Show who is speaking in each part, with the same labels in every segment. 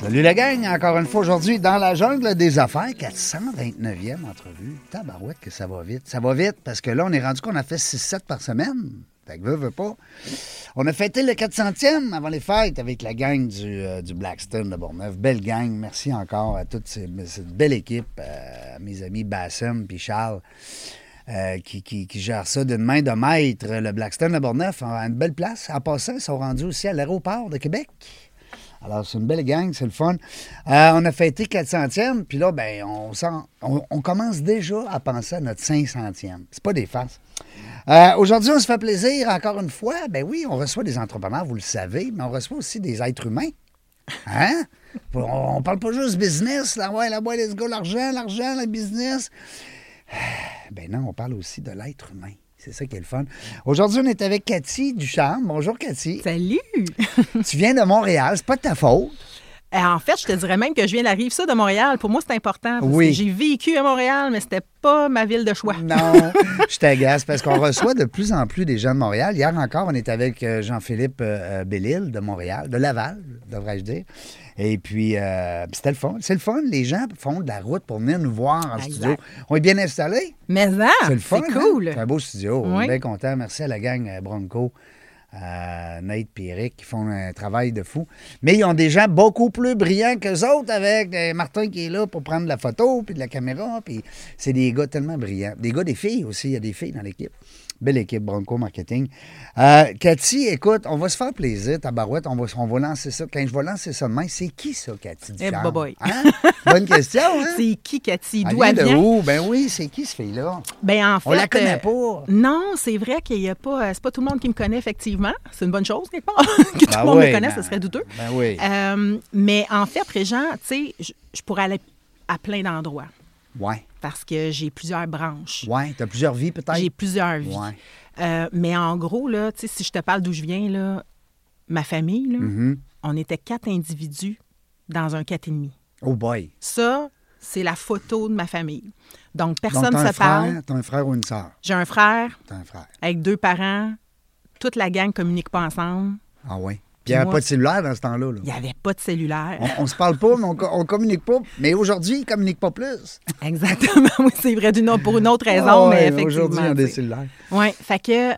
Speaker 1: Salut la gang, encore une fois aujourd'hui dans la jungle des affaires, 429e entrevue. Tabarouette que ça va vite. Ça va vite parce que là, on est rendu qu'on a fait 6-7 par semaine. Fait que veut, veut pas. On a fêté le 400e avant les fêtes avec la gang du, euh, du Blackstone de Bourneuf. Belle gang. Merci encore à toute ces- cette belle équipe, euh, à mes amis Bassem puis Charles. euh, qui, qui, qui gère ça d'une main de maître, le Blackstone de Bourneuf, a une belle place. En passant, ils sont rendus aussi à l'aéroport de Québec. Alors, c'est une belle gang, c'est le fun. Euh, on a fêté 400e, puis là, ben, on, s'en- on, on commence déjà à penser à notre 500e. C'est pas des farces. Euh, Aujourd'hui, on se fait plaisir encore une fois. Ben oui, on reçoit des entrepreneurs, vous le savez, mais on reçoit aussi des êtres humains. Hein? On, on parle pas juste business, là, ouais, là, ouais, let's go, l'argent, l'argent, le business. Ben non, on parle aussi de l'être humain. C'est ça qui est le fun. Aujourd'hui, on est avec Cathy Ducharme. Bonjour, Cathy.
Speaker 2: Salut!
Speaker 1: Tu viens de Montréal, c'est pas de ta faute.
Speaker 2: Euh, en fait, je te dirais même que je viens de la rive sud de Montréal. Pour moi, c'est important. Parce
Speaker 1: Oui. Mm.
Speaker 2: que j'ai vécu à Montréal, mais c'était pas ma ville de choix.
Speaker 1: Non, je t'agace parce qu'on reçoit de plus en plus des gens de Montréal. Hier encore, on était avec euh, Jean-Philippe euh, euh, Bellil de Montréal, de Laval, devrais-je dire. Et puis, euh, c'était le fun. C'est le fun. Les gens font de la route pour venir nous voir en
Speaker 2: Exact.
Speaker 1: studio. On est bien installés.
Speaker 2: Mais hein,
Speaker 1: c'est le fun. hein?
Speaker 2: cool.
Speaker 1: C'est un beau studio. On est
Speaker 2: Oui.
Speaker 1: bien contents. Merci à la gang euh, Bronco, à Nate et Eric qui font un travail de fou. Mais ils ont des gens beaucoup plus brillants qu'eux autres avec euh, Martin qui est là pour prendre de la photo puis de la caméra. Puis c'est des gars tellement brillants. Des gars, des filles aussi. Il y a des filles dans l'équipe. Belle équipe Bronco Marketing. Euh, Cathy, écoute, on va se faire plaisir, tabarouette. On va, on va lancer ça. Quand je vais lancer ça demain, c'est qui ça, Cathy?
Speaker 2: Eh,
Speaker 1: Ducharme?
Speaker 2: boboy.
Speaker 1: Hein? Bonne question, hein?
Speaker 2: C'est qui, Cathy?
Speaker 1: Elle
Speaker 2: D'où elle
Speaker 1: vient
Speaker 2: vient?
Speaker 1: de où? Ben oui, c'est qui ce fille-là?
Speaker 2: Ben, en fait,
Speaker 1: On la connaît
Speaker 2: euh,
Speaker 1: pas.
Speaker 2: Non, c'est vrai qu'il y a pas. euh, C'est pas tout le monde qui me connaît, effectivement. C'est une bonne chose, quelque part. que tout
Speaker 1: Ben
Speaker 2: le monde
Speaker 1: oui,
Speaker 2: me connaisse,
Speaker 1: ben-
Speaker 2: ce serait douteux.
Speaker 1: ben oui.
Speaker 2: Euh, mais en fait, Régent, tu sais, je- je pourrais aller à plein d'endroits
Speaker 1: Ouais,
Speaker 2: parce que j'ai plusieurs branches.
Speaker 1: ouais. T'as plusieurs vies peut-être?
Speaker 2: J'ai plusieurs vies.
Speaker 1: Ouais.
Speaker 2: Euh, mais en gros, là, tu sais, si je te parle d'où je viens, là, ma famille, là,
Speaker 1: Mhm.
Speaker 2: on était quatre individus dans un quatre et demi.
Speaker 1: Oh boy.
Speaker 2: Ça, c'est la photo de ma famille. Donc, personne
Speaker 1: Donc, t'as
Speaker 2: ne
Speaker 1: un
Speaker 2: se parle.
Speaker 1: frère, t'as un frère ou une sœur?
Speaker 2: J'ai un frère
Speaker 1: T'as un frère.
Speaker 2: avec deux parents. Toute la gang ne communique pas ensemble.
Speaker 1: Ah ouais. Puis il n'y avait
Speaker 2: Moi-
Speaker 1: pas de cellulaire dans ce temps-là. là.
Speaker 2: Il n'y avait pas de cellulaire.
Speaker 1: On, on se parle pas, mais on, co- on communique pas. Mais aujourd'hui, ils communiquent pas plus.
Speaker 2: Exactement. Oui, c'est vrai, d'une autre- pour une autre raison,
Speaker 1: Ah ouais,
Speaker 2: mais effectivement.
Speaker 1: Aujourd'hui, ils ont des
Speaker 2: tu sais.
Speaker 1: cellulaires.
Speaker 2: Oui, fait que.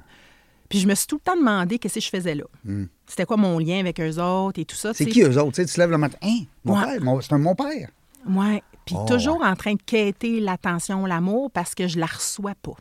Speaker 2: Puis je me suis tout le temps demandé qu'est-ce que je faisais là. C'était quoi mon lien avec eux autres et tout ça. tu
Speaker 1: Hmm. C'est
Speaker 2: sais.
Speaker 1: qui eux autres? Tu, sais, tu te lèves le matin. Hein, mon
Speaker 2: Ouais.
Speaker 1: père, mon- c'est un mon père.
Speaker 2: Oui, puis
Speaker 1: Oh,
Speaker 2: toujours en train de quêter l'attention, l'amour, parce que je la reçois pas.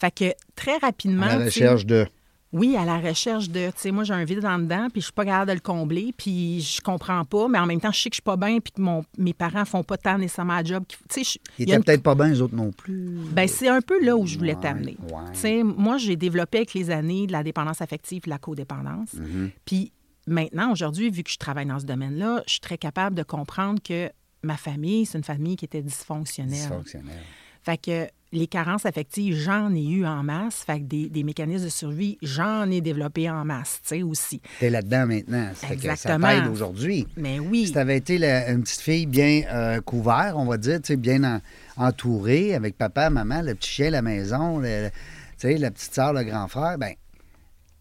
Speaker 2: Fait que très rapidement.
Speaker 1: Hmm. À la
Speaker 2: tu sais,
Speaker 1: recherche de.
Speaker 2: Oui, à la recherche de. Tu sais, moi, j'ai un vide en dedans, puis je suis pas capable de le combler, puis je comprends pas, mais en même temps, je sais que je suis pas bien, puis que mon, mes parents font pas tant nécessairement la job. qu'il faut. Tu sais, je-
Speaker 1: Ils
Speaker 2: il y a
Speaker 1: étaient
Speaker 2: une-
Speaker 1: peut-être pas bien, les autres non plus.
Speaker 2: ben, c'est un peu là où je voulais
Speaker 1: Ouais,
Speaker 2: t'amener.
Speaker 1: ouais.
Speaker 2: Tu sais, moi, j'ai développé avec les années de la dépendance affective et la codépendance.
Speaker 1: Mm-hmm.
Speaker 2: Puis maintenant, aujourd'hui, vu que je travaille dans ce domaine-là, je suis très capable de comprendre que ma famille, c'est une famille qui était dysfonctionnelle.
Speaker 1: Dysfonctionnels.
Speaker 2: Fait que les carences affectives, j'en ai eu en masse. Fait que des, des mécanismes de survie, j'en ai développé en masse, tu sais, aussi.
Speaker 1: T'es là-dedans maintenant. Ça fait que Ça
Speaker 2: Exactement.
Speaker 1: t'aide aujourd'hui.
Speaker 2: Mais oui.
Speaker 1: Si tu avais été la- une petite fille bien euh, couverte, on va dire, tu sais, bien en- entourée, avec papa, maman, le petit chien, la maison, le- le- tu sais, la petite soeur, le grand frère, ben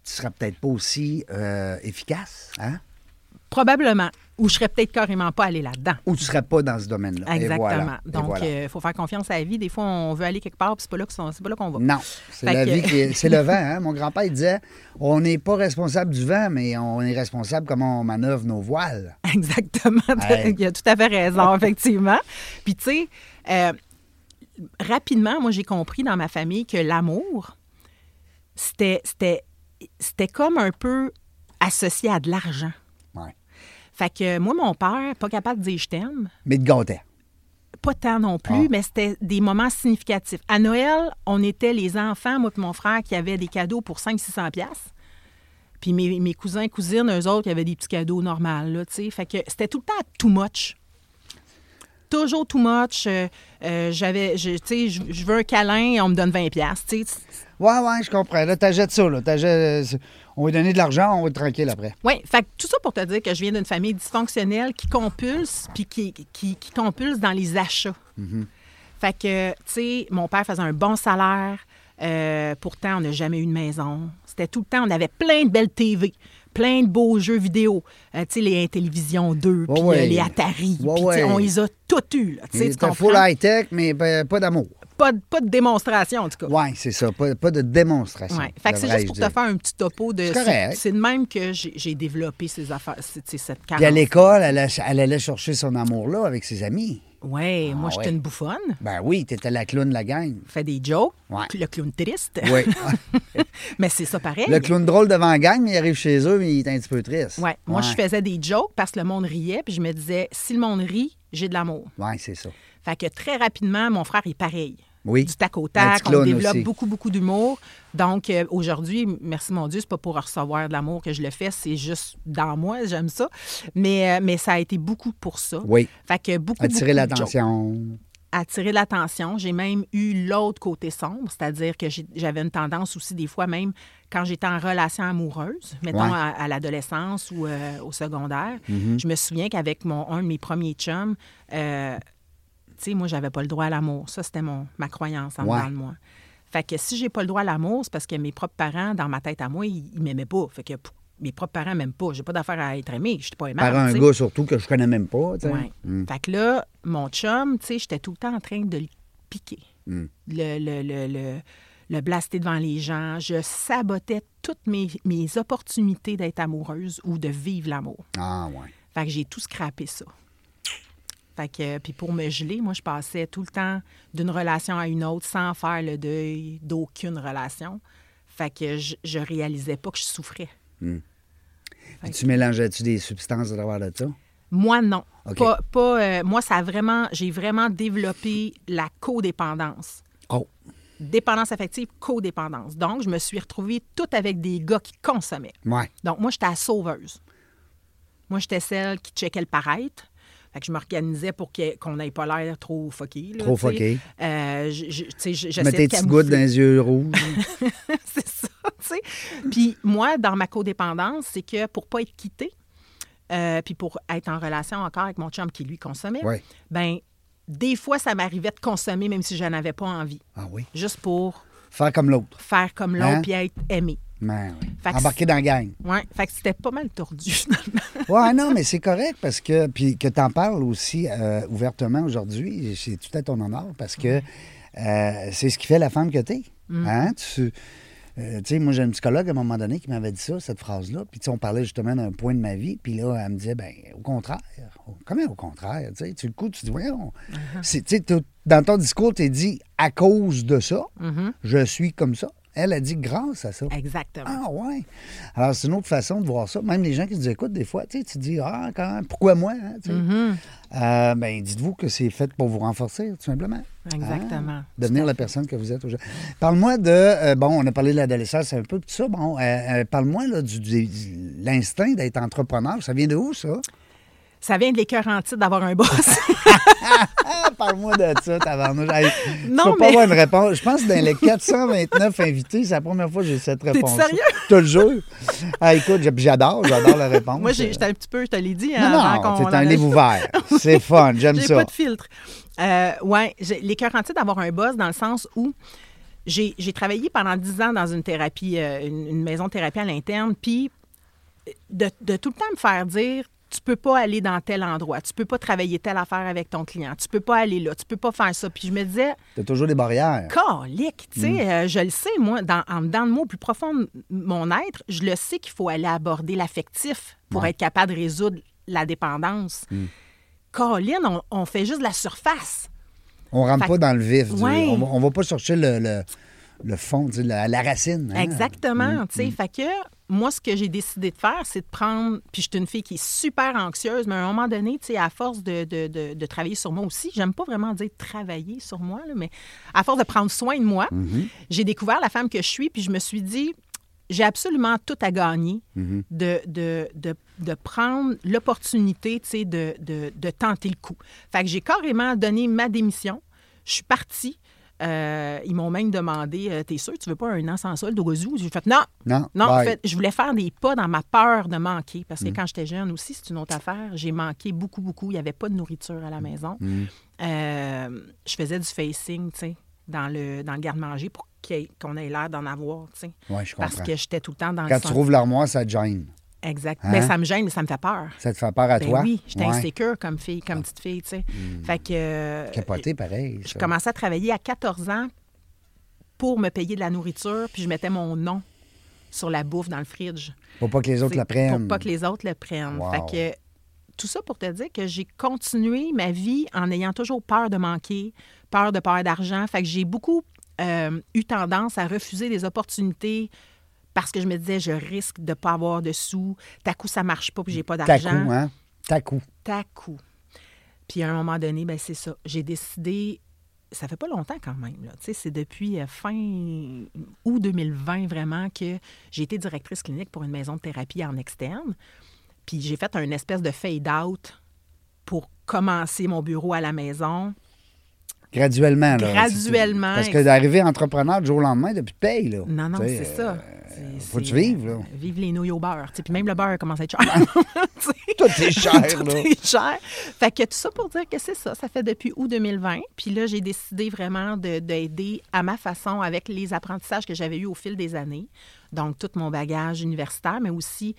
Speaker 1: tu seras peut-être pas aussi euh, efficace, hein?
Speaker 2: Probablement. Ou je serais peut-être carrément pas allée là-dedans.
Speaker 1: Ou tu serais pas dans ce domaine-là. Et
Speaker 2: Exactement.
Speaker 1: voilà. Et
Speaker 2: Donc, euh, il
Speaker 1: voilà.
Speaker 2: faut faire confiance à la vie. Des fois, on veut aller quelque part, puis c'est pas là que sont- c'est pas là qu'on va.
Speaker 1: Non, c'est
Speaker 2: Fait
Speaker 1: la
Speaker 2: que-
Speaker 1: vie qui est- c'est le vent. Hein? Mon grand-père il disait, on n'est pas responsable du vent, mais on est responsable comment on manœuvre nos voiles.
Speaker 2: Exactement.
Speaker 1: Hey.
Speaker 2: Il a tout à fait raison, effectivement. Puis, tu sais, euh, rapidement, moi, j'ai compris dans ma famille que l'amour, c'était, c'était, c'était comme un peu associé à de l'argent.
Speaker 1: Ouais.
Speaker 2: Fait que moi, mon père, pas capable de dire je t'aime,
Speaker 1: Mais de gâter.
Speaker 2: pas tant non plus,
Speaker 1: Ah.
Speaker 2: mais c'était des moments significatifs. À Noël, on était les enfants, moi et mon frère, qui avaient des cadeaux pour 500-600 pièces. Puis mes, mes cousins, cousines, eux autres, qui avaient des petits cadeaux normaux, là, tu sais. Fait que c'était tout le temps too much. Toujours too much. Euh, euh, j'avais, je- tu sais, je je veux un câlin, on me donne 20 pièces, tu sais.
Speaker 1: Ouais, ouais, je comprends. Là, t'achètes ça, là. T'achètes- On va lui donner de l'argent, on va être tranquille après.
Speaker 2: Oui, fait que tout ça pour te dire que je viens d'une famille dysfonctionnelle qui compulse, puis qui, qui, qui compulse dans les achats.
Speaker 1: Mhm.
Speaker 2: Fait que, tu sais, mon père faisait un bon salaire. euh, pourtant, on n'a jamais eu de maison. C'était tout le temps, on avait plein de belles TV, plein de beaux jeux vidéo. Euh, tu sais, les Intellivision 2, puis
Speaker 1: ouais.
Speaker 2: euh, les Atari.
Speaker 1: Ouais,
Speaker 2: puis, tu
Speaker 1: ouais.
Speaker 2: sais, on les a toutes eues. là. Tu sais,
Speaker 1: Il
Speaker 2: tu
Speaker 1: était
Speaker 2: comprends?
Speaker 1: full high-tech, mais ben, pas d'amour.
Speaker 2: Pas, de- pas de démonstration, en tout cas.
Speaker 1: Ouais, c'est ça. Pas, pas de démonstration.
Speaker 2: Ouais. Fait que c'est juste pour te
Speaker 1: devrais-je
Speaker 2: faire un petit topo de.
Speaker 1: C'est correct.
Speaker 2: C'est de même que j'ai j'ai développé ces affaires, c'est- tu sais, cette
Speaker 1: dire. Puis à
Speaker 2: carence.
Speaker 1: l'école, elle, allait- elle allait chercher son amour-là avec ses amis.
Speaker 2: Ouais, moi,
Speaker 1: Ah
Speaker 2: j'étais
Speaker 1: ouais.
Speaker 2: une bouffonne.
Speaker 1: Ben oui, t'étais la clown de la gang.
Speaker 2: Fais des jokes.
Speaker 1: Ouais.
Speaker 2: Le clown triste.
Speaker 1: Oui.
Speaker 2: mais c'est ça pareil.
Speaker 1: Le clown drôle devant la gang, mais il arrive chez eux, mais il est un petit peu triste.
Speaker 2: Ouais. Moi, je faisais des jokes parce que le monde riait, puis je me disais, si le monde rit, j'ai de l'amour.
Speaker 1: Ouais, c'est ça.
Speaker 2: Fait que très rapidement, mon frère est pareil.
Speaker 1: Oui.
Speaker 2: Du tac au
Speaker 1: Un
Speaker 2: tac,
Speaker 1: petit
Speaker 2: on
Speaker 1: clown
Speaker 2: développe
Speaker 1: aussi.
Speaker 2: beaucoup, beaucoup d'humour. Donc, euh, aujourd'hui, merci mon Dieu, c'est pas pour recevoir de l'amour que je le fais, c'est juste dans moi, j'aime ça. Mais, euh, mais ça a été beaucoup pour ça.
Speaker 1: Oui.
Speaker 2: Fait que beaucoup,
Speaker 1: Attirer
Speaker 2: beaucoup de jokes.
Speaker 1: l'attention.
Speaker 2: attirer l'attention. J'ai même eu l'autre côté sombre, c'est-à-dire que j'ai- j'avais une tendance aussi des fois même quand j'étais en relation amoureuse, mettons
Speaker 1: Ouais. Mm-hmm.
Speaker 2: à, à l'adolescence ou euh, au secondaire. Je me souviens qu'avec mon un de mes premiers chums, euh, tu sais, moi j'avais pas le droit à l'amour. Ça c'était mon ma croyance en
Speaker 1: Ouais.
Speaker 2: dedans de moi. Fait que si j'ai pas le droit à l'amour, c'est parce que mes propres parents dans ma tête à moi, ils, ils m'aimaient pas. Fait que p- mes propres parents m'aiment pas. J'ai pas d'affaire à être aimée. Je suis pas aimable.
Speaker 1: Par un
Speaker 2: tu sais.
Speaker 1: gars surtout que je connais même pas. tu sais.
Speaker 2: Ouais. Fait que là, mon chum, tu sais, j'étais tout le temps en train de le piquer. Le, le, le, le- le blaster devant les gens. Je sabotais toutes mes, mes opportunités d'être amoureuse ou de vivre l'amour.
Speaker 1: Ah ouais.
Speaker 2: Fait que j'ai tout scrappé ça. Fait que, euh, puis pour me geler, moi, je passais tout le temps d'une relation à une autre sans faire le deuil d'aucune relation. Fait que je, je réalisais pas que je souffrais.
Speaker 1: Puis tu mélangeais-tu des substances à travers de ça?
Speaker 2: Moi, non.
Speaker 1: OK.
Speaker 2: Pas, pas, euh, moi, ça a vraiment, j'ai vraiment développé la codépendance.
Speaker 1: Oh.
Speaker 2: Dépendance affective, codépendance. Donc, je me suis retrouvée toute avec des gars qui consommaient.
Speaker 1: Ouais.
Speaker 2: Donc, moi, j'étais la sauveuse. Moi, j'étais celle qui checkait le paraître. Fait que je m'organisais pour que- qu'on n'ait pas l'air trop fucké. là,
Speaker 1: Trop
Speaker 2: tu sais.
Speaker 1: fucké.
Speaker 2: Euh, je- je- tu sais, je-
Speaker 1: Tu
Speaker 2: j'essayais
Speaker 1: mettais des
Speaker 2: de
Speaker 1: petites gouttes dans
Speaker 2: camoufler.
Speaker 1: les yeux rouges.
Speaker 2: c'est ça, tu sais. Puis moi, dans ma codépendance, c'est que pour pas être quittée, euh, puis pour être en relation encore avec mon chum qui lui consommait,
Speaker 1: Ouais.
Speaker 2: ben des fois, ça m'arrivait de consommer même si je n'en avais pas envie,
Speaker 1: ah oui.
Speaker 2: juste pour
Speaker 1: Faire comme l'autre.
Speaker 2: faire comme l'autre
Speaker 1: Hein?
Speaker 2: puis être aimé.
Speaker 1: Ben, oui.
Speaker 2: Fait que
Speaker 1: Embarquer dans la gang.
Speaker 2: Ouais, fait que c'était pas mal tordu finalement.
Speaker 1: Ouais, non, mais c'est correct parce que. Puis que t'en parles aussi euh, ouvertement aujourd'hui, c'est tout à ton honneur parce que euh, c'est ce qui fait la femme que t'es. Hein? Tu. euh, tu sais, moi, j'ai un psychologue à un moment donné qui m'avait dit ça, cette phrase-là. Puis, tu sais, on parlait justement d'un point de ma vie. Puis là, elle me disait, ben au contraire. Au- Comment au contraire? Tu sais, tu le coup, tu dis, voyons. C'est- Tu sais, t'as- dans ton discours, tu dit, à cause de ça, je suis comme ça. Elle a dit, grâce à ça.
Speaker 2: Exactement.
Speaker 1: Ah ouais. Alors c'est une autre façon de voir ça. Même les gens qui nous écoutent des fois, tu sais, tu te dis ah quand même, pourquoi moi hein, tu sais?
Speaker 2: Mm-hmm.
Speaker 1: Euh, Ben dites-vous que c'est fait pour vous renforcer tout simplement.
Speaker 2: Exactement.
Speaker 1: Hein? Devenir la personne que vous êtes aujourd'hui. Parle-moi de euh, bon, on a parlé de l'adolescence un peu tout ça. Bon, euh, euh, parle-moi là du, du- du- l'instinct d'être entrepreneur. Ça vient de où ça
Speaker 2: Ça vient de l'écœur d'avoir un boss.
Speaker 1: Ah, parle-moi de ça, tabarnouche. Hey,
Speaker 2: Non,
Speaker 1: je peux pas
Speaker 2: mais-
Speaker 1: avoir une réponse. Je pense que dans les 429 invités, c'est la première fois que j'ai cette réponse.
Speaker 2: sérieux?
Speaker 1: Je te le jure. Ah, écoute, j'- j'adore, j'adore la réponse.
Speaker 2: Moi, j'ai- j'étais un petit peu, je te l'ai dit. hein,
Speaker 1: Non,
Speaker 2: avant qu'on-
Speaker 1: non,
Speaker 2: on
Speaker 1: c'est un
Speaker 2: en a-
Speaker 1: livre ouvert. C'est fun, j'aime
Speaker 2: J'ai
Speaker 1: ça.
Speaker 2: pas de filtre. Euh, ouais, j'ai- l'écœurantite d'avoir un boss dans le sens où j'ai j'ai travaillé pendant 10 ans dans une thérapie, euh, une, une maison de thérapie à l'interne, puis euh, de, de tout le temps me faire dire tu peux pas aller dans tel endroit, tu peux pas travailler telle affaire avec ton client, tu peux pas aller là, tu peux pas faire ça. Puis je me disais,
Speaker 1: T'as toujours des barrières.
Speaker 2: calique, tu sais, euh, je le sais, moi, dans, en dedans de moi, au plus profond de mon être, je le sais qu'il faut aller aborder l'affectif pour être capable de résoudre la dépendance. Colin, on, on fait juste de la surface.
Speaker 1: On rentre
Speaker 2: Fait-
Speaker 1: pas dans le vif. du-
Speaker 2: Ouais.
Speaker 1: On, va- on va pas chercher le, le, le fond, tu sais, la, la racine. hein.
Speaker 2: Exactement, tu sais. Fait que moi, ce que j'ai décidé de faire, c'est de prendre. Puis je suis une fille qui est super anxieuse, mais à un moment donné, tu sais, à force de, de, de, de travailler sur moi aussi, j'aime pas vraiment dire travailler sur moi, là, mais à force de prendre soin de moi, j'ai découvert la femme que je suis, puis je me suis dit, j'ai absolument tout à gagner de, de, de- de prendre l'opportunité, tu sais, de, de- de tenter le coup. Fait que j'ai carrément donné ma démission. Je suis partie. Euh, ils m'ont même demandé, euh, t'es sûr, tu veux pas un an sans solde au gazou? J'ai fait, non,
Speaker 1: Non,
Speaker 2: non, en
Speaker 1: bye. Mm.
Speaker 2: fait, je voulais faire des pas dans ma peur de manquer. Parce que quand j'étais jeune aussi, c'est une autre affaire. J'ai manqué beaucoup, beaucoup. Il n'y avait pas de nourriture
Speaker 1: Mm.
Speaker 2: à la maison. Euh, je faisais du facing, tu sais, dans le, dans le garde-manger pour qu'il y ait- qu'on ait l'air d'en avoir, tu sais.
Speaker 1: Ouais, je
Speaker 2: Parce
Speaker 1: comprends.
Speaker 2: que j'étais tout le temps dans
Speaker 1: Quand
Speaker 2: le
Speaker 1: tu
Speaker 2: sang.
Speaker 1: trouves l'armoire, ça te gêne.
Speaker 2: Exact.
Speaker 1: Hein?
Speaker 2: Mais ça me gêne, mais ça me fait peur.
Speaker 1: Ça te fait peur à
Speaker 2: Ben
Speaker 1: toi.
Speaker 2: oui, j'étais
Speaker 1: Ouais. Ah. Mm.
Speaker 2: insécure comme fille, comme petite fille, tu sais. Fait que... euh,
Speaker 1: Capoté, pareil.
Speaker 2: je
Speaker 1: ça.
Speaker 2: commençais à travailler à 14 ans pour me payer de la nourriture, puis je mettais mon nom sur la bouffe dans le fridge.
Speaker 1: Pour pas que les autres
Speaker 2: C'est
Speaker 1: la prennent.
Speaker 2: Pour pas que les autres le prennent.
Speaker 1: Wow.
Speaker 2: Fait que tout ça pour te dire que j'ai continué ma vie en ayant toujours peur de manquer, peur de peur d'argent. Fait que j'ai beaucoup euh, eu tendance à refuser des opportunités parce que je me disais je risque de pas avoir de sous. T'as coup ça marche pas puis j'ai pas
Speaker 1: T'as coup,
Speaker 2: d'argent.
Speaker 1: hein? T'as coup.
Speaker 2: T'as coup. Puis à un moment donné, ben c'est ça. J'ai décidé. Ça fait pas longtemps quand même. Là. Tu sais, C'est depuis euh, fin août 2020 vraiment que j'ai été directrice clinique pour une maison de thérapie en externe. Puis j'ai fait un espèce de fade-out pour commencer mon bureau à la maison.
Speaker 1: Graduellement, là.
Speaker 2: Graduellement.
Speaker 1: Parce que d'arriver entrepreneur du jour au lendemain, depuis paye, là.
Speaker 2: Non, non,
Speaker 1: Tu sais,
Speaker 2: c'est
Speaker 1: euh,
Speaker 2: ça. C'est-
Speaker 1: faut que
Speaker 2: c'est,
Speaker 1: tu vives, là.
Speaker 2: euh, Vive les nouilles au beurre. tu sais. Puis même le beurre commence à être cher. Tu sais.
Speaker 1: Tout est cher,
Speaker 2: Tout
Speaker 1: là.
Speaker 2: est cher. Fait que tout ça pour dire que c'est ça. Ça fait depuis août 2020. Puis là, j'ai décidé vraiment de- d'aider à ma façon avec les apprentissages que j'avais eus au fil des années. Donc, tout mon bagage universitaire, mais aussi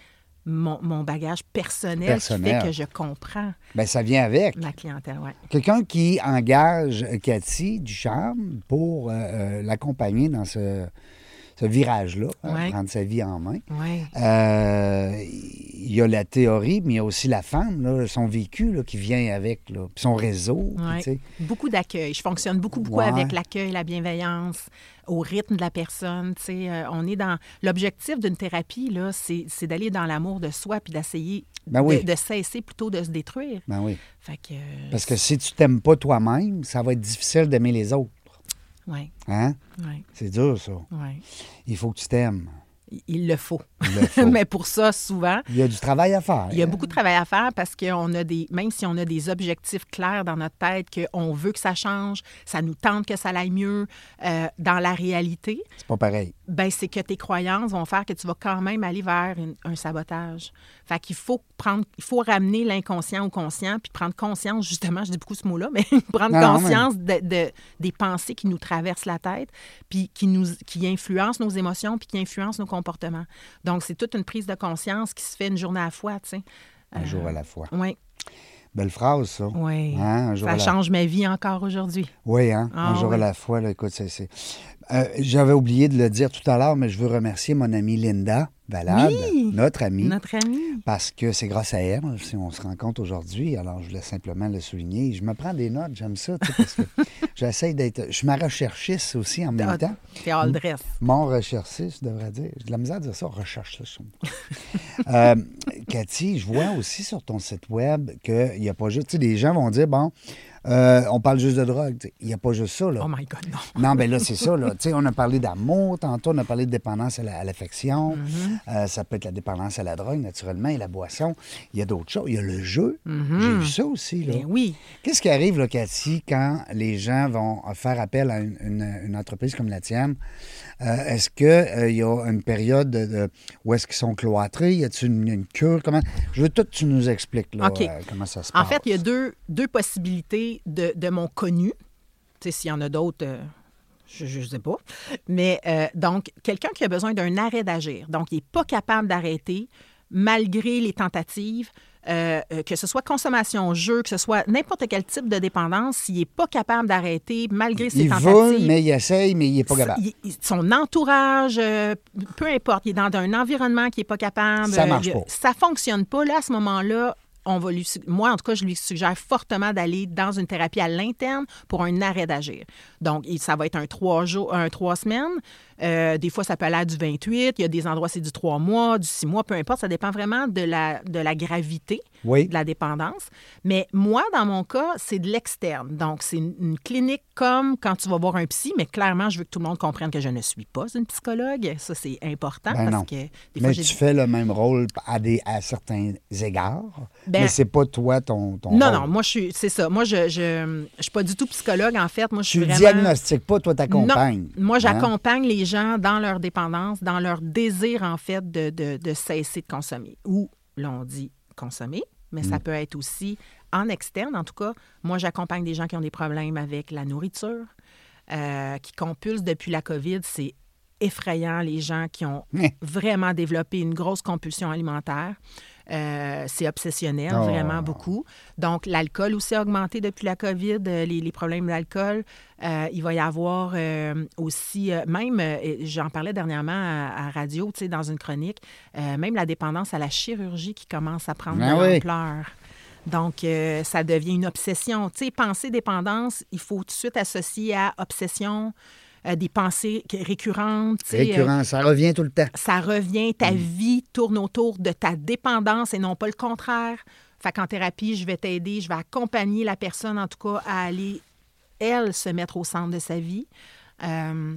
Speaker 2: mon, mon bagage personnel,
Speaker 1: Personnel.
Speaker 2: qui fait que je comprends
Speaker 1: Ben, ça vient avec.
Speaker 2: ma clientèle. ouais.
Speaker 1: Quelqu'un qui engage euh, Cathy Ducharme pour euh, euh, l'accompagner dans ce, ce virage-là, euh,
Speaker 2: Ouais.
Speaker 1: prendre sa vie en main.
Speaker 2: Ouais.
Speaker 1: Euh, Il y a la théorie, mais il y a aussi la femme, là, son vécu là, qui vient avec, là, puis son réseau. puis,
Speaker 2: Ouais.
Speaker 1: tu sais.
Speaker 2: Beaucoup d'accueil. Je fonctionne beaucoup, beaucoup
Speaker 1: Ouais.
Speaker 2: avec l'accueil, la bienveillance, au rythme de la personne. tu sais, euh, on est dans l'objectif d'une thérapie là, c'est c'est d'aller dans l'amour de soi puis d'essayer
Speaker 1: Ben oui.
Speaker 2: de, de cesser plutôt de se détruire.
Speaker 1: Ben oui.
Speaker 2: Fait que, euh,
Speaker 1: Parce que si tu t'aimes pas toi-même, ça va être difficile d'aimer les autres.
Speaker 2: ouais,
Speaker 1: Hein?
Speaker 2: ouais,
Speaker 1: C'est dur, ça.
Speaker 2: ouais.
Speaker 1: Il faut que tu t'aimes.
Speaker 2: Il, il le faut.
Speaker 1: Il le faut.
Speaker 2: Mais pour ça, souvent,
Speaker 1: Il y a du travail à faire.
Speaker 2: il y a beaucoup de travail à faire parce qu'on a des, même si on a des objectifs clairs dans notre tête, qu'on veut que ça change, ça nous tente que ça aille mieux, euh, dans la réalité,
Speaker 1: C'est pas pareil.
Speaker 2: ben c'est que tes croyances vont faire que tu vas quand même aller vers une- un sabotage. Fait qu'il faut prendre, il faut ramener l'inconscient au conscient, puis prendre conscience, justement, je dis beaucoup ce mot-là, mais prendre
Speaker 1: Non, non,
Speaker 2: conscience de- de- des pensées qui nous traversent la tête, puis qui, nous, qui influencent nos émotions, puis qui influencent nos comportements. Donc, c'est toute une prise de conscience qui se fait une journée à la fois, tu sais.
Speaker 1: Un jour à la fois.
Speaker 2: Oui,
Speaker 1: Belle phrase, ça.
Speaker 2: oui.
Speaker 1: Hein, un jour à
Speaker 2: Ça
Speaker 1: la-
Speaker 2: change ma vie encore aujourd'hui.
Speaker 1: Oui, hein?
Speaker 2: Ah,
Speaker 1: un jour à
Speaker 2: oui.
Speaker 1: la fois, là, écoute, c'est. c'est- Euh, J'avais oublié de le dire tout à l'heure, mais je veux remercier mon amie Linda Valade,
Speaker 2: Oui!
Speaker 1: notre amie,
Speaker 2: Notre ami.
Speaker 1: parce que c'est grâce à elle si on se rencontre aujourd'hui. Alors, je voulais simplement le souligner. Je me prends des notes, j'aime ça, tu sais, parce que j'essaie d'être. Je suis ma recherchiste aussi en même
Speaker 2: Ah,
Speaker 1: temps.
Speaker 2: T'es all dress.
Speaker 1: Mon recherchiste, je devrais dire. J'ai de la misère à dire ça, recherche euh, Cathy, je vois aussi sur ton site web qu'il n'y a pas juste. Tu sais, les gens vont dire, bon, euh, on parle juste de drogue. Tu sais, Il n'y a pas juste ça, là.
Speaker 2: Oh my God, non.
Speaker 1: Non, ben là, c'est ça. Là. Tu sais, on a parlé d'amour, tantôt, on a parlé de dépendance à la- à l'affection.
Speaker 2: Mm-hmm.
Speaker 1: Euh, ça peut être la dépendance à la drogue, naturellement, et la boisson. Il y a d'autres choses. Il y a le jeu. J'ai vu ça aussi. Là.
Speaker 2: Mm-hmm. Ben oui.
Speaker 1: Qu'est-ce qui arrive, là, Cathy, quand les gens vont faire appel à une, une- une entreprise comme la tienne? Euh, est-ce qu'il y a une période de- de- où est-ce qu'ils sont cloîtrés? Y a-t-il une, une cure? Comment... Je veux tout que tu nous expliques là,
Speaker 2: OK.
Speaker 1: euh, comment ça se passe.
Speaker 2: En fait, il y a deux, deux possibilités de, de mon connu. Tu sais, s'il y en a d'autres, euh, je ne sais pas. Mais euh, donc, quelqu'un qui a besoin d'un arrêt d'agir, donc il n'est pas capable d'arrêter malgré les tentatives, euh, euh, que ce soit consommation, jeu, que ce soit n'importe quel type de dépendance, s'il n'est pas capable d'arrêter malgré ses
Speaker 1: il veut,
Speaker 2: tentatives,
Speaker 1: mais il essaye, mais il n'est pas capable.
Speaker 2: il- il- son entourage, euh, peu importe, il est dans un environnement qui n'est pas capable.
Speaker 1: Ça
Speaker 2: euh,
Speaker 1: marche
Speaker 2: il-
Speaker 1: pas.
Speaker 2: Ça fonctionne pas. Là, à ce moment-là, on va lui, su- moi, en tout cas, je lui suggère fortement d'aller dans une thérapie à l'interne pour un arrêt d'agir. Donc, il- ça va être un trois, jours, un trois semaines. Euh, des fois, ça peut aller à du 28. Il y a des endroits, c'est du 3 mois, du 6 mois, peu importe. Ça dépend vraiment de la, de la gravité
Speaker 3: Oui.
Speaker 2: de la dépendance. Mais moi, dans mon cas, c'est de l'externe. Donc, c'est une, une clinique comme quand tu vas voir un psy, mais clairement, je veux que tout le monde comprenne que je ne suis pas une psychologue. Ça, c'est important
Speaker 1: Ben
Speaker 2: parce
Speaker 1: non.
Speaker 2: que des fois,
Speaker 1: Mais
Speaker 2: j'ai
Speaker 1: tu fais le même rôle à, des, à certains égards,
Speaker 2: Ben-
Speaker 1: mais c'est pas toi ton, ton
Speaker 2: Non,
Speaker 1: rôle.
Speaker 2: non, moi, je suis. C'est ça. Moi, je, je, je suis pas du tout psychologue, en fait. Moi, je
Speaker 1: Tu
Speaker 2: suis vraiment.
Speaker 1: diagnostiques pas, toi t'accompagnes.
Speaker 2: Non. Moi,
Speaker 1: Hein?
Speaker 2: j'accompagne les gens dans leur dépendance, dans leur désir, en fait, de, de- de cesser de consommer. Ou, l'on dit consommer, mais ça peut être aussi en externe. En tout cas, moi, j'accompagne des gens qui ont des problèmes avec la nourriture, euh, qui compulsent depuis la COVID. C'est effrayant, les gens qui ont
Speaker 1: Hum.
Speaker 2: vraiment développé une grosse compulsion alimentaire. Euh, c'est obsessionnel,
Speaker 1: Oh.
Speaker 2: vraiment beaucoup. Donc, l'alcool aussi a augmenté depuis la COVID, euh, les, les problèmes d'alcool. Euh, il va y avoir euh, aussi, euh, même, euh, et j'en parlais dernièrement à, à radio, tu sais, dans une chronique, euh, même la dépendance à la chirurgie qui commence à prendre
Speaker 1: Ben
Speaker 2: de
Speaker 1: oui.
Speaker 2: l'ampleur. Donc, euh, ça devient une obsession. Tu sais, penser dépendance, il faut tout de suite associer à obsession, euh, des pensées qui- récurrentes. tu sais, euh,
Speaker 1: Récurrent, ça revient tout le temps.
Speaker 2: ça revient, ta vie tourne autour de ta dépendance et non pas le contraire. Fait qu'en thérapie, je vais t'aider, je vais accompagner la personne, en tout cas, à aller, elle, se mettre au centre de sa vie. Euh,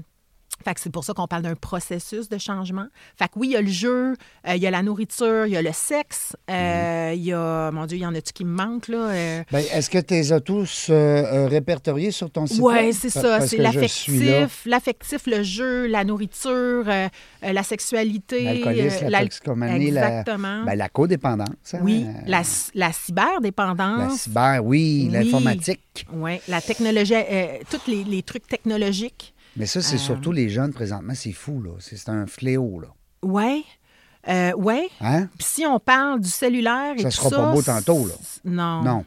Speaker 2: fait que c'est pour ça qu'on parle d'un processus de changement. Fait que oui, il y a le jeu, euh, il y a la nourriture, il y a le sexe, euh, il y a... Mon Dieu, il y en a-tu qui me manquent, là? Euh,
Speaker 1: Ben, Est-ce que tu les as tous euh, euh, répertoriés sur ton site?
Speaker 2: oui,
Speaker 1: web?
Speaker 2: c'est
Speaker 1: Pa-
Speaker 2: ça.
Speaker 1: parce
Speaker 2: C'est
Speaker 1: que je suis là.
Speaker 2: l'affectif, l'affectif, le jeu, la nourriture, euh, euh, la sexualité,
Speaker 1: L'alcoolisme,
Speaker 2: euh,
Speaker 1: la
Speaker 2: l'al-
Speaker 1: toxicomanie, la,
Speaker 2: Exactement.
Speaker 1: ben, la codépendance. hein,
Speaker 2: oui,
Speaker 1: euh,
Speaker 2: la, la
Speaker 1: la
Speaker 2: cyberdépendance.
Speaker 1: cyber, oui,
Speaker 2: Oui.
Speaker 1: l'informatique.
Speaker 2: ouais, la technologie, euh, tous les, les trucs technologiques.
Speaker 1: Mais ça, c'est
Speaker 2: Euh,
Speaker 1: surtout les jeunes présentement, c'est fou, là. C'est c'est un fléau, là.
Speaker 2: Oui, euh, ouais.
Speaker 1: Hein?
Speaker 2: Puis si on parle du cellulaire et
Speaker 1: Ça
Speaker 2: tout
Speaker 1: sera pas
Speaker 2: ça,
Speaker 1: beau tantôt, là.
Speaker 2: c'est- Non,
Speaker 1: Non.